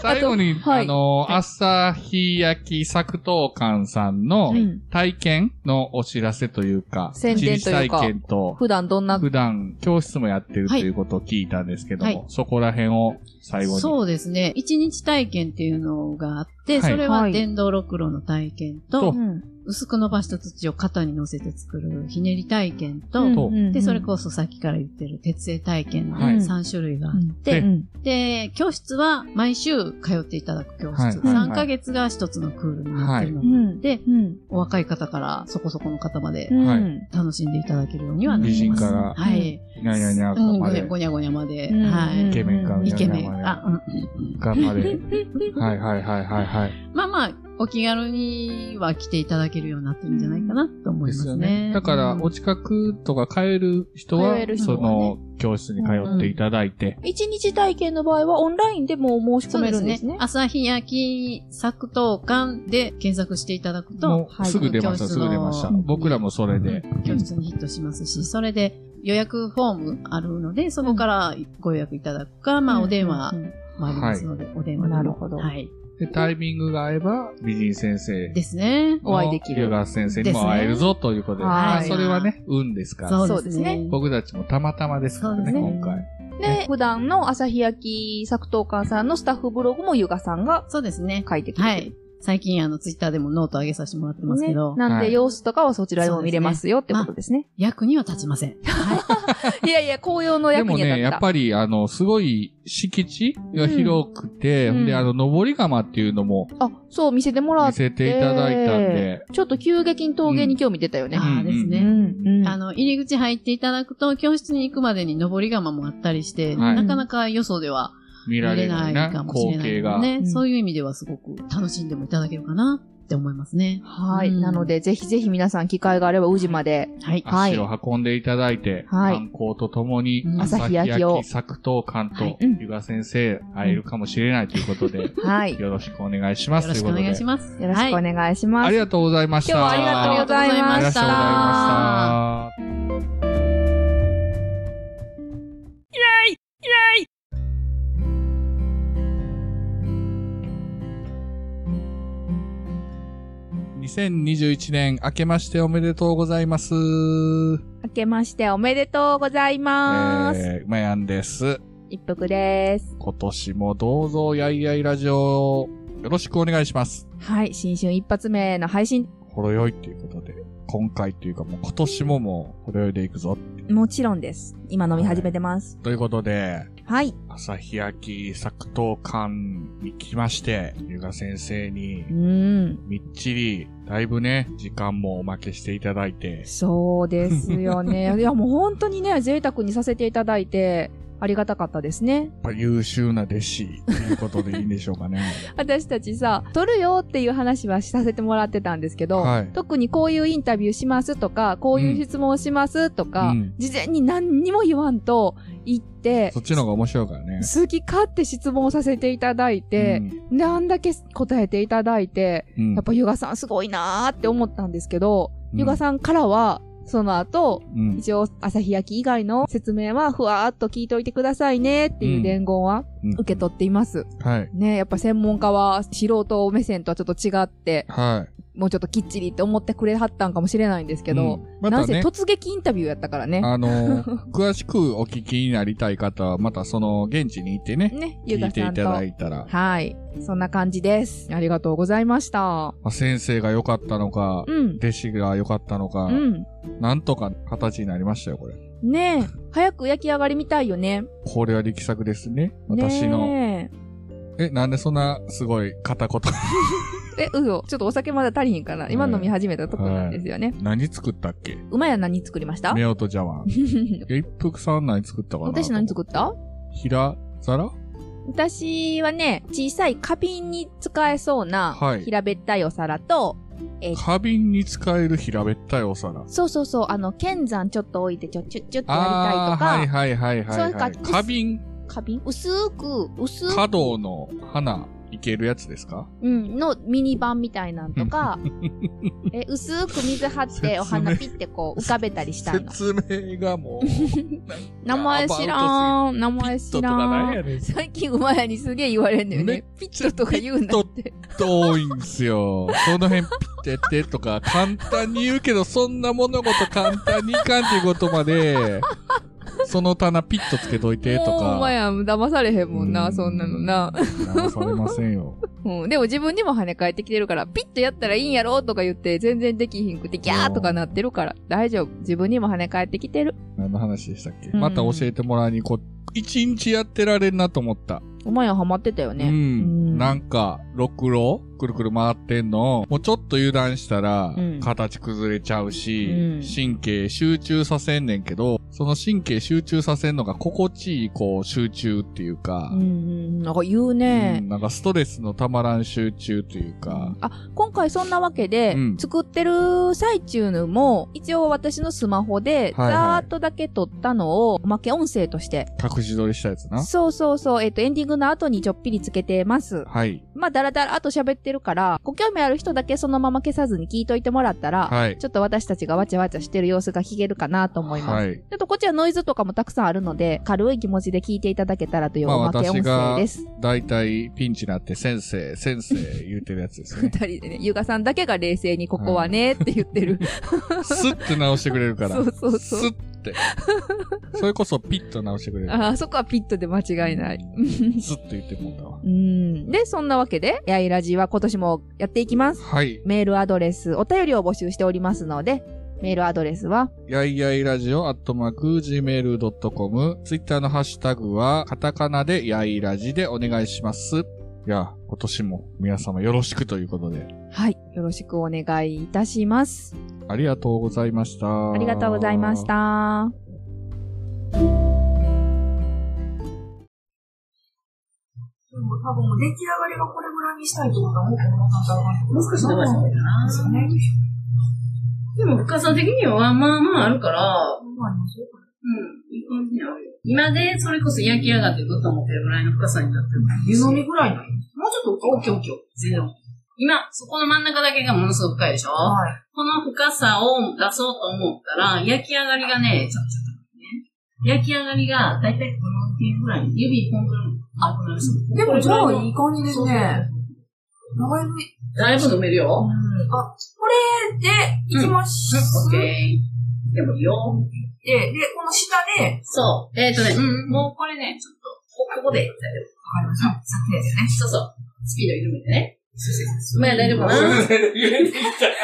[SPEAKER 1] 最後に、
[SPEAKER 3] はい
[SPEAKER 1] あの、朝日焼き作刀館さんの
[SPEAKER 3] うん
[SPEAKER 1] 体験のお知らせというか、
[SPEAKER 3] 宣伝というか
[SPEAKER 1] 一日体験と、
[SPEAKER 3] 普段どんな、
[SPEAKER 1] 普段教室もやってると
[SPEAKER 5] はい
[SPEAKER 1] いうことを聞いたんですけど
[SPEAKER 5] はい
[SPEAKER 1] も、そこら辺を最後に。
[SPEAKER 5] そうですね。一日体験っていうのがあって、
[SPEAKER 1] はい
[SPEAKER 5] それ
[SPEAKER 3] は
[SPEAKER 5] はい電動ろくろの体験
[SPEAKER 1] と
[SPEAKER 5] と、
[SPEAKER 3] ん。
[SPEAKER 5] 薄く伸ばした土を肩に乗せて作るひねり体験と、
[SPEAKER 1] ん
[SPEAKER 5] で、それこそさっきから言ってる鉄営体験の
[SPEAKER 1] はい
[SPEAKER 5] 3種類があって、
[SPEAKER 1] で
[SPEAKER 5] で、教室は毎週通っていただく教室。
[SPEAKER 1] はい
[SPEAKER 5] 3ヶ月が一つのクールになってるので、お若い方からそこそこの方まで
[SPEAKER 1] はい
[SPEAKER 5] 楽しんでいただけるようにはなります。
[SPEAKER 1] 美人から
[SPEAKER 5] はい。
[SPEAKER 1] にゃにゃにゃ
[SPEAKER 5] うん、
[SPEAKER 1] 頑
[SPEAKER 5] ご
[SPEAKER 1] 張
[SPEAKER 5] に
[SPEAKER 1] れ
[SPEAKER 5] ゃ。ごにゃごにゃまで。
[SPEAKER 3] うん
[SPEAKER 5] はい。
[SPEAKER 1] イケメンか
[SPEAKER 3] うん
[SPEAKER 1] に
[SPEAKER 5] イ
[SPEAKER 1] ゃ
[SPEAKER 5] ケ
[SPEAKER 1] にゃ
[SPEAKER 5] メ
[SPEAKER 1] にゃ
[SPEAKER 5] ン。
[SPEAKER 1] にゃ
[SPEAKER 5] あ、うんうんうん
[SPEAKER 1] 頑張れ。はいはいはいはいはい。
[SPEAKER 5] まあまあ、お気軽には来ていただけるようになってるんじゃないかなと思い
[SPEAKER 1] で
[SPEAKER 5] ますす
[SPEAKER 1] よ
[SPEAKER 5] ね
[SPEAKER 1] ね。。だから、お近くとか帰る人は、
[SPEAKER 3] 通える人
[SPEAKER 1] そ
[SPEAKER 3] はね
[SPEAKER 1] の、教室に通っていただいて、
[SPEAKER 3] 一日体験の場合はオンラインでもう申し
[SPEAKER 5] そ
[SPEAKER 3] 込
[SPEAKER 5] う
[SPEAKER 3] め
[SPEAKER 5] で
[SPEAKER 3] る
[SPEAKER 5] す
[SPEAKER 3] んで
[SPEAKER 5] ね
[SPEAKER 3] すね。。
[SPEAKER 5] 朝日焼き作刀館で検索していただく
[SPEAKER 1] も
[SPEAKER 5] と、
[SPEAKER 1] うすぐ出ました、
[SPEAKER 5] 教室
[SPEAKER 1] す
[SPEAKER 5] の
[SPEAKER 1] ぐ出ました。
[SPEAKER 5] うん
[SPEAKER 1] 僕らもそれで。
[SPEAKER 5] 教室にヒットしますし、それで予約フォームあるので、そこからご予約いただくか、まあお電話もありますので、お電話でも
[SPEAKER 3] なるほど
[SPEAKER 5] はい。
[SPEAKER 1] で、タイミングが合えば、美人先生。
[SPEAKER 5] ですね。
[SPEAKER 3] お会いできる
[SPEAKER 1] ヨガ先生にも会えるぞということで。
[SPEAKER 3] ですね
[SPEAKER 1] まあ
[SPEAKER 3] はい
[SPEAKER 1] それはね、運ですから。
[SPEAKER 3] そうですね
[SPEAKER 1] 僕たちもたまたまですからね、
[SPEAKER 5] そうです
[SPEAKER 1] 今
[SPEAKER 5] ね
[SPEAKER 1] 回。
[SPEAKER 3] で、普段の朝日焼き作刀館さんのスタッフブログもゆがさんが
[SPEAKER 5] そうですね。
[SPEAKER 3] 書いてくれてる
[SPEAKER 5] はい。最近、あの、ツイッターでもノート上げさせてもらってますけど、
[SPEAKER 3] ねなん
[SPEAKER 1] はい
[SPEAKER 3] で、様子とかはそちらでも見れますよってことですね。
[SPEAKER 5] 役には立ちません。はい
[SPEAKER 3] やいや、紅葉の
[SPEAKER 1] で
[SPEAKER 3] 役
[SPEAKER 1] も
[SPEAKER 3] には立
[SPEAKER 1] ね、やっぱり、あの、すごい敷地が広くて、
[SPEAKER 3] うん
[SPEAKER 1] ほんで、あの、登り窯っていうのも
[SPEAKER 3] あ、そう、見せてもら
[SPEAKER 1] 見
[SPEAKER 3] って。
[SPEAKER 1] せていただいたんで、
[SPEAKER 3] ちょっと急激に陶芸に興味出たよね。
[SPEAKER 5] ああです
[SPEAKER 3] う
[SPEAKER 5] ね。
[SPEAKER 3] ん、うん。
[SPEAKER 5] あの、入り口入っていただくと、教室に行くまでに登り窯もあったりして、
[SPEAKER 1] はい
[SPEAKER 5] なかなか予想では
[SPEAKER 1] 見
[SPEAKER 5] 見
[SPEAKER 1] られ
[SPEAKER 5] れ
[SPEAKER 1] る
[SPEAKER 5] ない
[SPEAKER 1] な、
[SPEAKER 5] かもしれ
[SPEAKER 1] 光景
[SPEAKER 5] な
[SPEAKER 1] が。
[SPEAKER 5] いね
[SPEAKER 3] うん
[SPEAKER 5] そういう意味ではすごく楽しんでもいただけるかなって思いますね。
[SPEAKER 3] はい、
[SPEAKER 5] うん
[SPEAKER 3] なので、ぜひぜひ皆さん、機会があれば、宇治まで。
[SPEAKER 5] はい。
[SPEAKER 3] はい
[SPEAKER 1] 足を運んでいただいて、
[SPEAKER 3] はい
[SPEAKER 1] 観光とともに、
[SPEAKER 5] うん
[SPEAKER 1] 朝日焼きを作刀館
[SPEAKER 3] は
[SPEAKER 1] と
[SPEAKER 3] いうん、
[SPEAKER 1] 湯川先生、会えるかもしれないということで、
[SPEAKER 3] はい。よ
[SPEAKER 1] よろしくお願いしま
[SPEAKER 5] よ
[SPEAKER 1] す。
[SPEAKER 5] ろしくお願いし
[SPEAKER 1] ま
[SPEAKER 5] ます。
[SPEAKER 3] ろしくお
[SPEAKER 5] はい
[SPEAKER 3] 願いします。
[SPEAKER 1] ありがとうございました。
[SPEAKER 3] 今日はありがとうございました。
[SPEAKER 1] ありがとうございました。 2021年明けましておめでとうございます。
[SPEAKER 3] 明けましておめでとうございます。
[SPEAKER 1] えー、まやんです。
[SPEAKER 3] 一服です。
[SPEAKER 1] 今年もどうぞやいやいラジオ、よろしくお願いします。
[SPEAKER 3] はい、新春一発目の配信、
[SPEAKER 1] ほろ酔いっていうことで、今回というかもう今年ももうほろ酔いでいくぞ。
[SPEAKER 3] もちろんです。今飲み始めてます。
[SPEAKER 1] ということで、
[SPEAKER 3] はい。
[SPEAKER 1] 朝日焼作刀館に来まして、ゆが先生に
[SPEAKER 3] うーん。
[SPEAKER 1] みっちり、だいぶね、時間もおまけしていただいて、
[SPEAKER 3] そうですよ *laughs* ね。いや、もう本当にね、贅沢にさせていただいて、ありがたかったですね
[SPEAKER 1] や。っぱ優秀な弟子ということでいいんでしょうか
[SPEAKER 3] *laughs*
[SPEAKER 1] ね。
[SPEAKER 3] 私たちさ、撮るよっていう話はさせてもらってたんですけど、
[SPEAKER 1] はい。
[SPEAKER 3] 特にこういうインタビューしますとか、こういう質問をしますとか、
[SPEAKER 1] うん
[SPEAKER 3] 事前に何にも言わんと言って
[SPEAKER 1] そ、っちの方が面白いからね。
[SPEAKER 3] 好き勝手質問させていただいて、で、あんだけ答えていただいて、
[SPEAKER 1] うん、うん
[SPEAKER 3] やっ、ぱユガさんすごいなーって思ったんですけど、
[SPEAKER 1] うん
[SPEAKER 3] ユガさんからは、その後、
[SPEAKER 1] うん、
[SPEAKER 3] 一応、朝日焼き以外の説明は、ふわーっと聞いといてくださいねっていう伝言は
[SPEAKER 1] うん
[SPEAKER 3] 受け取っています。
[SPEAKER 1] はい。
[SPEAKER 3] ねやっぱ専門家は素人目線とはちょっと違って、
[SPEAKER 1] はい。
[SPEAKER 3] もうちょっときっちりって思ってくれはったんかもしれないんですけど、
[SPEAKER 1] うん、ま
[SPEAKER 3] な
[SPEAKER 1] た
[SPEAKER 3] んせ
[SPEAKER 1] ね、
[SPEAKER 3] 突撃インタビューやったからね。
[SPEAKER 1] あ
[SPEAKER 3] *laughs*
[SPEAKER 1] のー、詳しくお聞きになりたい方は、またその現地に行ってね、
[SPEAKER 3] ね、ゆ
[SPEAKER 1] 聞
[SPEAKER 3] が
[SPEAKER 1] いて
[SPEAKER 3] さ
[SPEAKER 1] い
[SPEAKER 3] ん
[SPEAKER 1] た
[SPEAKER 3] と。
[SPEAKER 1] だいたら、ま
[SPEAKER 3] はい。そんな感じです。ありがとうございました。
[SPEAKER 1] あ先生が良かったのか、
[SPEAKER 3] うん。
[SPEAKER 1] 弟子が良かったのか、
[SPEAKER 3] うん。
[SPEAKER 1] なんとか形になりましたよ、これ。
[SPEAKER 3] ねえ、早く焼き上がりみたいよね。
[SPEAKER 1] これは力作ですね。私の。
[SPEAKER 3] ね
[SPEAKER 1] え、なんでそんなすごい片言 *laughs*
[SPEAKER 3] え。え、うそ。ちょっとお酒まだ足りひんかな。今飲み始めたとこなんですよね。
[SPEAKER 1] 何作ったっけ
[SPEAKER 3] うまや何作りま *laughs* した
[SPEAKER 1] 夫婦茶碗。え一服さん何作ったかな
[SPEAKER 3] 私何作った
[SPEAKER 1] 平皿
[SPEAKER 3] 私はね、小さい花瓶に使えそうな
[SPEAKER 1] はい
[SPEAKER 3] 平べったいお皿と、え
[SPEAKER 1] 花瓶に使える平べったいお皿。
[SPEAKER 3] そうそうそう、あの、剣山ちょっと置いてちょ、ちょ、ちょっとやりたいと
[SPEAKER 1] あ
[SPEAKER 3] か、
[SPEAKER 1] あー、はいはいはい
[SPEAKER 2] そ
[SPEAKER 1] は
[SPEAKER 2] う
[SPEAKER 1] い、
[SPEAKER 2] いう感
[SPEAKER 1] はい。
[SPEAKER 2] じ
[SPEAKER 1] 花瓶、
[SPEAKER 2] 花瓶薄く、薄く、
[SPEAKER 1] 華道の花、いけるやつですか
[SPEAKER 2] うん、のミニ版みたいなんと
[SPEAKER 1] *laughs*
[SPEAKER 2] か、え薄く水張ってお花ピってこう浮かべたりしたいの。
[SPEAKER 1] 説明がもう。
[SPEAKER 3] 名前知らん、名前知らん。
[SPEAKER 1] ねん。
[SPEAKER 3] 最近馬屋にすげえ言われんのよ
[SPEAKER 1] めっ
[SPEAKER 3] ね。ピットとか言うなって。
[SPEAKER 1] 遠いんですよ。その辺ピッててとか、簡単に言うけど、そんな物事簡単にいかんっていうことまで、その棚ピッとつけといてと
[SPEAKER 3] もう
[SPEAKER 1] か。
[SPEAKER 3] 馬屋騙されへん
[SPEAKER 1] う
[SPEAKER 3] もんな、そんなのな。
[SPEAKER 1] 騙されませんよ。
[SPEAKER 3] うん、でも自分にも跳ね返ってきてるから、ピッとやったらいいんやろとか言って、全然できひんくて、ギャーとかなってるから、大丈夫。自分にも跳ね返ってきてる。
[SPEAKER 1] 何の話でしたっけ、
[SPEAKER 3] うん
[SPEAKER 1] また教えてもらいに行こう。一日やってられんなと思った。
[SPEAKER 3] お前はハマってたよ
[SPEAKER 1] う
[SPEAKER 3] ね。うん
[SPEAKER 1] ん。なんか、ろくろくるくる回ってんの。もうちょっと油断したら
[SPEAKER 3] うん、
[SPEAKER 1] 形崩れちゃうし、
[SPEAKER 3] うん
[SPEAKER 1] 神経集中させんねんけど、その神経集中させんのが心地いい、こう、集中っていうか、
[SPEAKER 3] うん、うん、なんか言う
[SPEAKER 1] う
[SPEAKER 3] ね
[SPEAKER 1] ん。なんかストレスのたまらん集中というか、
[SPEAKER 3] あ、今回そんなわけで、
[SPEAKER 1] うん
[SPEAKER 3] 作ってる最中のも、一応私のスマホで、
[SPEAKER 1] はいはい
[SPEAKER 3] ざーっとだけ撮ったのを、おまけ音声として、
[SPEAKER 1] 隠し撮りしたやつな。
[SPEAKER 3] そうそうそう、えっ、と、エンディングの後にちょっぴりつけてます。
[SPEAKER 1] はい。
[SPEAKER 3] まあ、だらだらあと喋ってるから、ご興味ある人だけそのまま消さずに聞いといてもらったら、
[SPEAKER 1] はい。
[SPEAKER 3] ちょっと私たちがわちゃわちゃしてる様子が聞けるかなと思います。
[SPEAKER 1] はい。
[SPEAKER 3] ちょっとこっちはノイズとかもたくさんあるので、軽い気持ちで聞いていただけたらという
[SPEAKER 1] まあ
[SPEAKER 3] おまけ音
[SPEAKER 1] 私が
[SPEAKER 3] 声です。
[SPEAKER 1] だいたいピンチになって、先生、先生言ってるやつです
[SPEAKER 3] *laughs* 二 *laughs*
[SPEAKER 1] ね。
[SPEAKER 3] 人でね、ゆがさんだけが冷静にここはね、って言 *laughs* ってる。
[SPEAKER 1] スッて直してくれるから。
[SPEAKER 3] そうそうそう
[SPEAKER 1] スッて。それこそピッと直してくれる。
[SPEAKER 3] ああそこはピットで間違いない。
[SPEAKER 1] スッと言ってもんだわ。
[SPEAKER 3] うん。で、そんなわけで、やいラジは今年もやっていきます。
[SPEAKER 1] はい。
[SPEAKER 3] メールアドレス、お便りを募集しておりますので、メールアドレスは、
[SPEAKER 1] やいやいラジオ、アットマーク、gmail.com。ツイッターのハッシュタグは、カタカナでやいラジでお願いします。いや、今年も皆様よろしくということで、
[SPEAKER 3] はい、よろしくお願いいたします。
[SPEAKER 1] ありがとうございました。
[SPEAKER 3] ありがとうございまし。た。
[SPEAKER 7] 多分出来上がりがこれぐらいにしたいってことはもうこの簡単なもう少し伸ばしたいかな。そうね。
[SPEAKER 5] でも、深さ的にはまあまああるから、うん、
[SPEAKER 7] まあ、そうか。
[SPEAKER 5] いい感じにあるよ。今で、それこそ焼き上がってグッと思ってるぐらいの深さになってる。
[SPEAKER 7] 湯飲みぐらいないもうちょっと
[SPEAKER 5] オ
[SPEAKER 7] 大
[SPEAKER 5] ッ
[SPEAKER 7] き
[SPEAKER 5] ケ
[SPEAKER 7] い
[SPEAKER 5] ーオッケー。全然。今、そこの真ん中だけがものすごく深いでしょ
[SPEAKER 7] はい。
[SPEAKER 5] この深さを出そうと思ったら、焼き上がりがね、ちょっとね、焼き上がりがだいたいこの辺ぐらい、指一本分あくなるし。
[SPEAKER 7] でもじゃあいい
[SPEAKER 5] い
[SPEAKER 7] 感じですね。だいぶ、
[SPEAKER 5] だいぶ飲めるよ。
[SPEAKER 7] うんこれで、いきます。
[SPEAKER 8] オッケ
[SPEAKER 7] で、
[SPEAKER 8] ー。でもよ。
[SPEAKER 7] で、この下で、
[SPEAKER 8] そう。えっ、ー、とね、うん、もうこれね、ちょっと、こここで、大丈
[SPEAKER 7] わかりました。さっきですよね。
[SPEAKER 8] 夫。そうそう。スピード緩めてね。まあ、大丈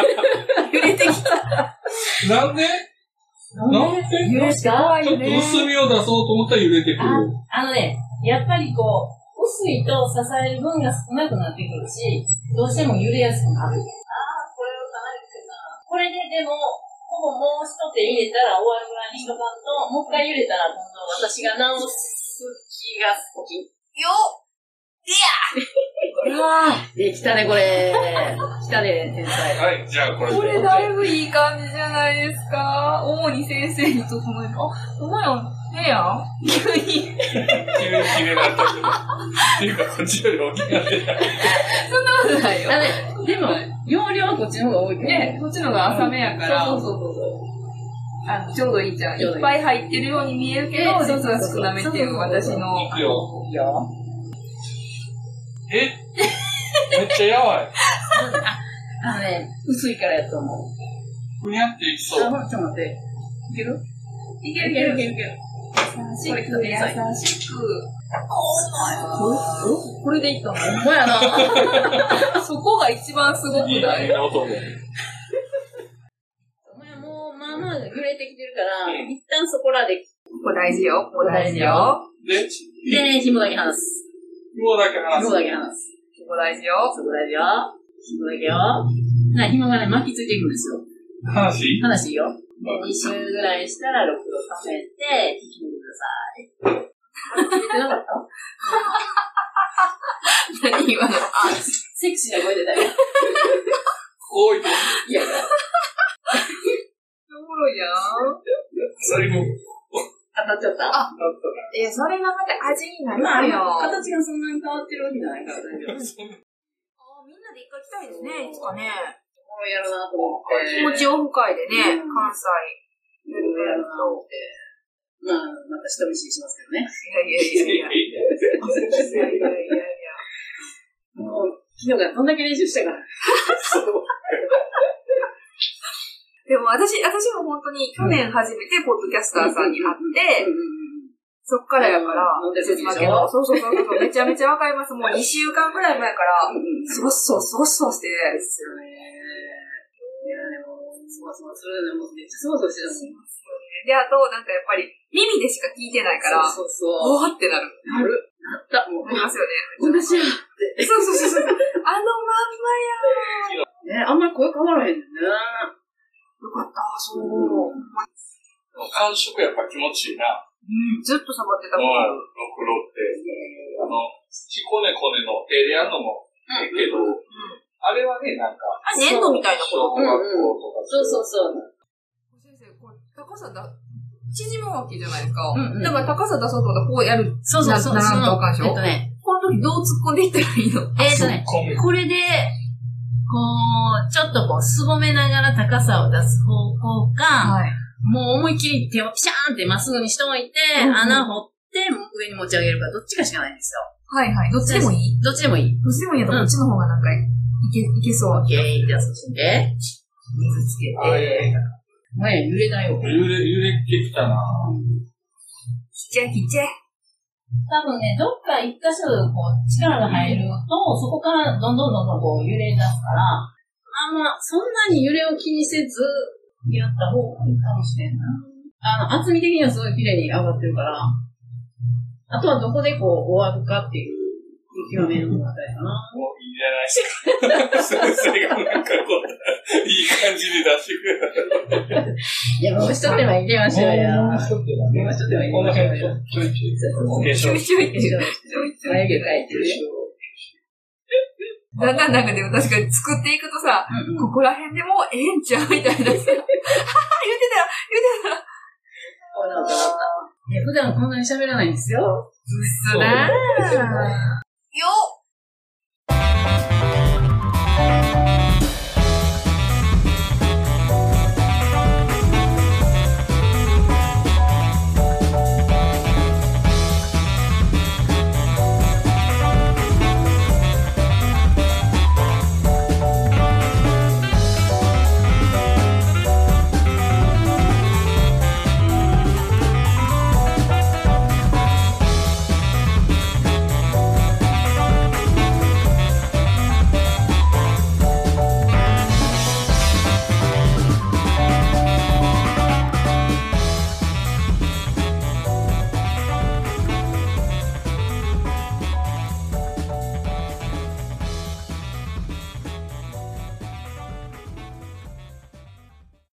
[SPEAKER 8] 夫かな。
[SPEAKER 7] 揺れてきた。
[SPEAKER 9] *laughs* なんでなん
[SPEAKER 8] 揺れ
[SPEAKER 9] で
[SPEAKER 8] てきた
[SPEAKER 9] ちょっと薄みを出そうと思ったら揺れてくる。
[SPEAKER 8] あのね、やっぱりこう、薄いと支える分が少なくなってくるし、どうしても揺れやすくなる。ああ、これはかなりくな。これででも、ほぼもう一手入れたら終わるぐらいにしとかんと、もう一回揺れたら今度私が直す気が起き
[SPEAKER 7] よっいやうわぁ。
[SPEAKER 8] る。で、来たね、これ。来たね、天才。
[SPEAKER 9] はい、じゃあこれで。
[SPEAKER 7] これだいぶいい感じじゃないですか。主に先生に整えて。あ、お前は、ええやん。
[SPEAKER 9] 急に切れられたけど。っていうか、こっちより大きくなって
[SPEAKER 7] そ
[SPEAKER 9] た。
[SPEAKER 7] んなことないよ。
[SPEAKER 8] あのねでも、容量はこっちの方が多いけど
[SPEAKER 7] ね、こっちの方が浅めやから、
[SPEAKER 8] そうそうそうそう。
[SPEAKER 7] あのちょうどいいじゃん。
[SPEAKER 8] ちょ
[SPEAKER 7] いっ
[SPEAKER 8] うどいい
[SPEAKER 7] ぱい入ってるように見えるけど、
[SPEAKER 8] ね
[SPEAKER 7] 実は少なめっていう私の
[SPEAKER 9] い。くよ。
[SPEAKER 8] いいよ。
[SPEAKER 9] えめっちゃやばい。
[SPEAKER 8] あのね、薄いからやと思う。
[SPEAKER 9] ふにゃっていきそう。
[SPEAKER 8] あ、ほら、ちょっと待って。いけるいけるいけるいけるいける。
[SPEAKER 7] 優しく、優しく。
[SPEAKER 8] おこれでいいかも。ほんまやな。
[SPEAKER 7] そこが一番すごく
[SPEAKER 9] いい
[SPEAKER 7] な
[SPEAKER 9] ないみんな音で。
[SPEAKER 8] お前もう、まあまあ揺れてきてるから、一旦そこらで。
[SPEAKER 7] ここ大事よ、ここ大事よ。
[SPEAKER 9] で、
[SPEAKER 8] でね、紐だけ離す。
[SPEAKER 9] もうだけ話
[SPEAKER 8] 紐
[SPEAKER 9] す。
[SPEAKER 8] だけ離す。
[SPEAKER 7] ここ大事よ。
[SPEAKER 8] そこ大事よ。紐だけよ。な、紐がね、巻きついていくんですよ。
[SPEAKER 9] 話
[SPEAKER 8] 離していいよ。で、2周ぐらいしたら、6を重ねて、引き抜いてください。言ってなかった何今のあ、セクシーな声出たよ。
[SPEAKER 9] こういて、
[SPEAKER 8] いや、
[SPEAKER 7] おもろいやん。
[SPEAKER 9] それも、
[SPEAKER 8] 当たっちゃった
[SPEAKER 9] あった
[SPEAKER 7] え、それがまた味になる
[SPEAKER 8] まあ、
[SPEAKER 7] のよ。
[SPEAKER 8] 形がそんなに変わってるわけじゃないから大丈夫。
[SPEAKER 9] な。そんな
[SPEAKER 7] あみんなで一回来たいですね、いつかね。
[SPEAKER 8] こうやろうなと思って。
[SPEAKER 7] 気持ちオフ会でね、関西。い
[SPEAKER 8] こうやろうなと思って。まあ、また人見知りしますけどね。
[SPEAKER 7] やいやいやいや。いやいやいやいや。
[SPEAKER 8] もう、昨日がどんだけ練習したから。
[SPEAKER 7] でも私、私も本当に去年初めてポッドキャスターさんに会って、そっからやから、
[SPEAKER 8] うん
[SPEAKER 7] 説明けど、そうそうそうそう、めちゃめちゃわかります。もう2週間ぐらい前から、そごっそう、そごっそうして、
[SPEAKER 8] ですよね。いや、でも、そわそわするのもめっちゃそわそわしてたもん。
[SPEAKER 7] で、あと、なんかやっぱり、耳でしか聞いてないから、
[SPEAKER 8] そうそ
[SPEAKER 7] お
[SPEAKER 8] うそう。
[SPEAKER 7] ーってなる。
[SPEAKER 8] なる。なった。もう、
[SPEAKER 7] なりますよね。
[SPEAKER 8] 同じや。
[SPEAKER 7] そうそうそうそう。あのまんまや。
[SPEAKER 8] ね、あんまり声変わらへんねんね。
[SPEAKER 7] よかった、そう思う。
[SPEAKER 9] 感触やっぱ気持ちいいな。
[SPEAKER 7] うん、ずっと触ってた
[SPEAKER 9] うん、ろく
[SPEAKER 7] もん。
[SPEAKER 9] ろって。あの、土こねこねの手でやるのもいいけど、あれはね、なんか、
[SPEAKER 7] あ、粘土みたいなこと。
[SPEAKER 9] 小学校とか、
[SPEAKER 8] そうそうそう。
[SPEAKER 7] 先生、これ、高さだ、縮むわけじゃないですか。
[SPEAKER 8] うんうん
[SPEAKER 7] だから高さ出そうと思ったらこうやる。
[SPEAKER 8] そうそうそう。
[SPEAKER 7] ななんとかでし
[SPEAKER 8] そ
[SPEAKER 7] ょ
[SPEAKER 8] のえっとね、
[SPEAKER 7] この時どう突っ込んでいったらいいの
[SPEAKER 8] えっとね、
[SPEAKER 9] こん
[SPEAKER 8] これで、こう、ちょっとこう、すぼめながら高さを出す方向か、
[SPEAKER 7] い。
[SPEAKER 8] もう思いっきり手をピシャーンってまっすぐにしておいて、
[SPEAKER 7] うんうん
[SPEAKER 8] 穴を掘って上に持ち上げるか、どっちかしかないんです
[SPEAKER 7] はいはい。どっちでもいい
[SPEAKER 8] よ。どっちでもいい。
[SPEAKER 7] どっちでもいいやとこっちの方がなんかいけ、いけそう。
[SPEAKER 8] OK、じゃあそして、水つけ
[SPEAKER 9] あいやい
[SPEAKER 8] て、前揺れないよ。
[SPEAKER 9] 揺れ、揺れてきたな
[SPEAKER 7] ちっちゃいちっちゃい。
[SPEAKER 8] 多分ね、どっか一箇所こう力が入ると、そこからどんどんどんどんこう揺れ出すから、あんま、そんなに揺れを気にせず、やった方がいいかもしれんな。あの、厚み的にはすごい綺麗に上がってるから、あとはどこでこう終わるかっていう、見極める問題かな。
[SPEAKER 9] もういいじゃないですか。先生がなんかこう、いい感じに出してくれた。
[SPEAKER 8] いや、もう一手間入れましょうや。もう一手間入れ
[SPEAKER 9] こん
[SPEAKER 8] ま
[SPEAKER 9] な
[SPEAKER 8] しょう
[SPEAKER 9] 感じ
[SPEAKER 8] や。
[SPEAKER 9] ちょいちょい。でし
[SPEAKER 7] ち
[SPEAKER 9] ょ
[SPEAKER 7] ょいちょい。
[SPEAKER 8] 眉毛描いてるよ。
[SPEAKER 7] だんだんなんかでも確かに作っていくとさ、
[SPEAKER 8] うんうん
[SPEAKER 7] ここら辺でもうええんちゃうみたいなさ。はは言 *laughs* ってたら、
[SPEAKER 8] こうなったなった。いや普段こんなに喋らないんですよ。
[SPEAKER 7] うっすね。よっ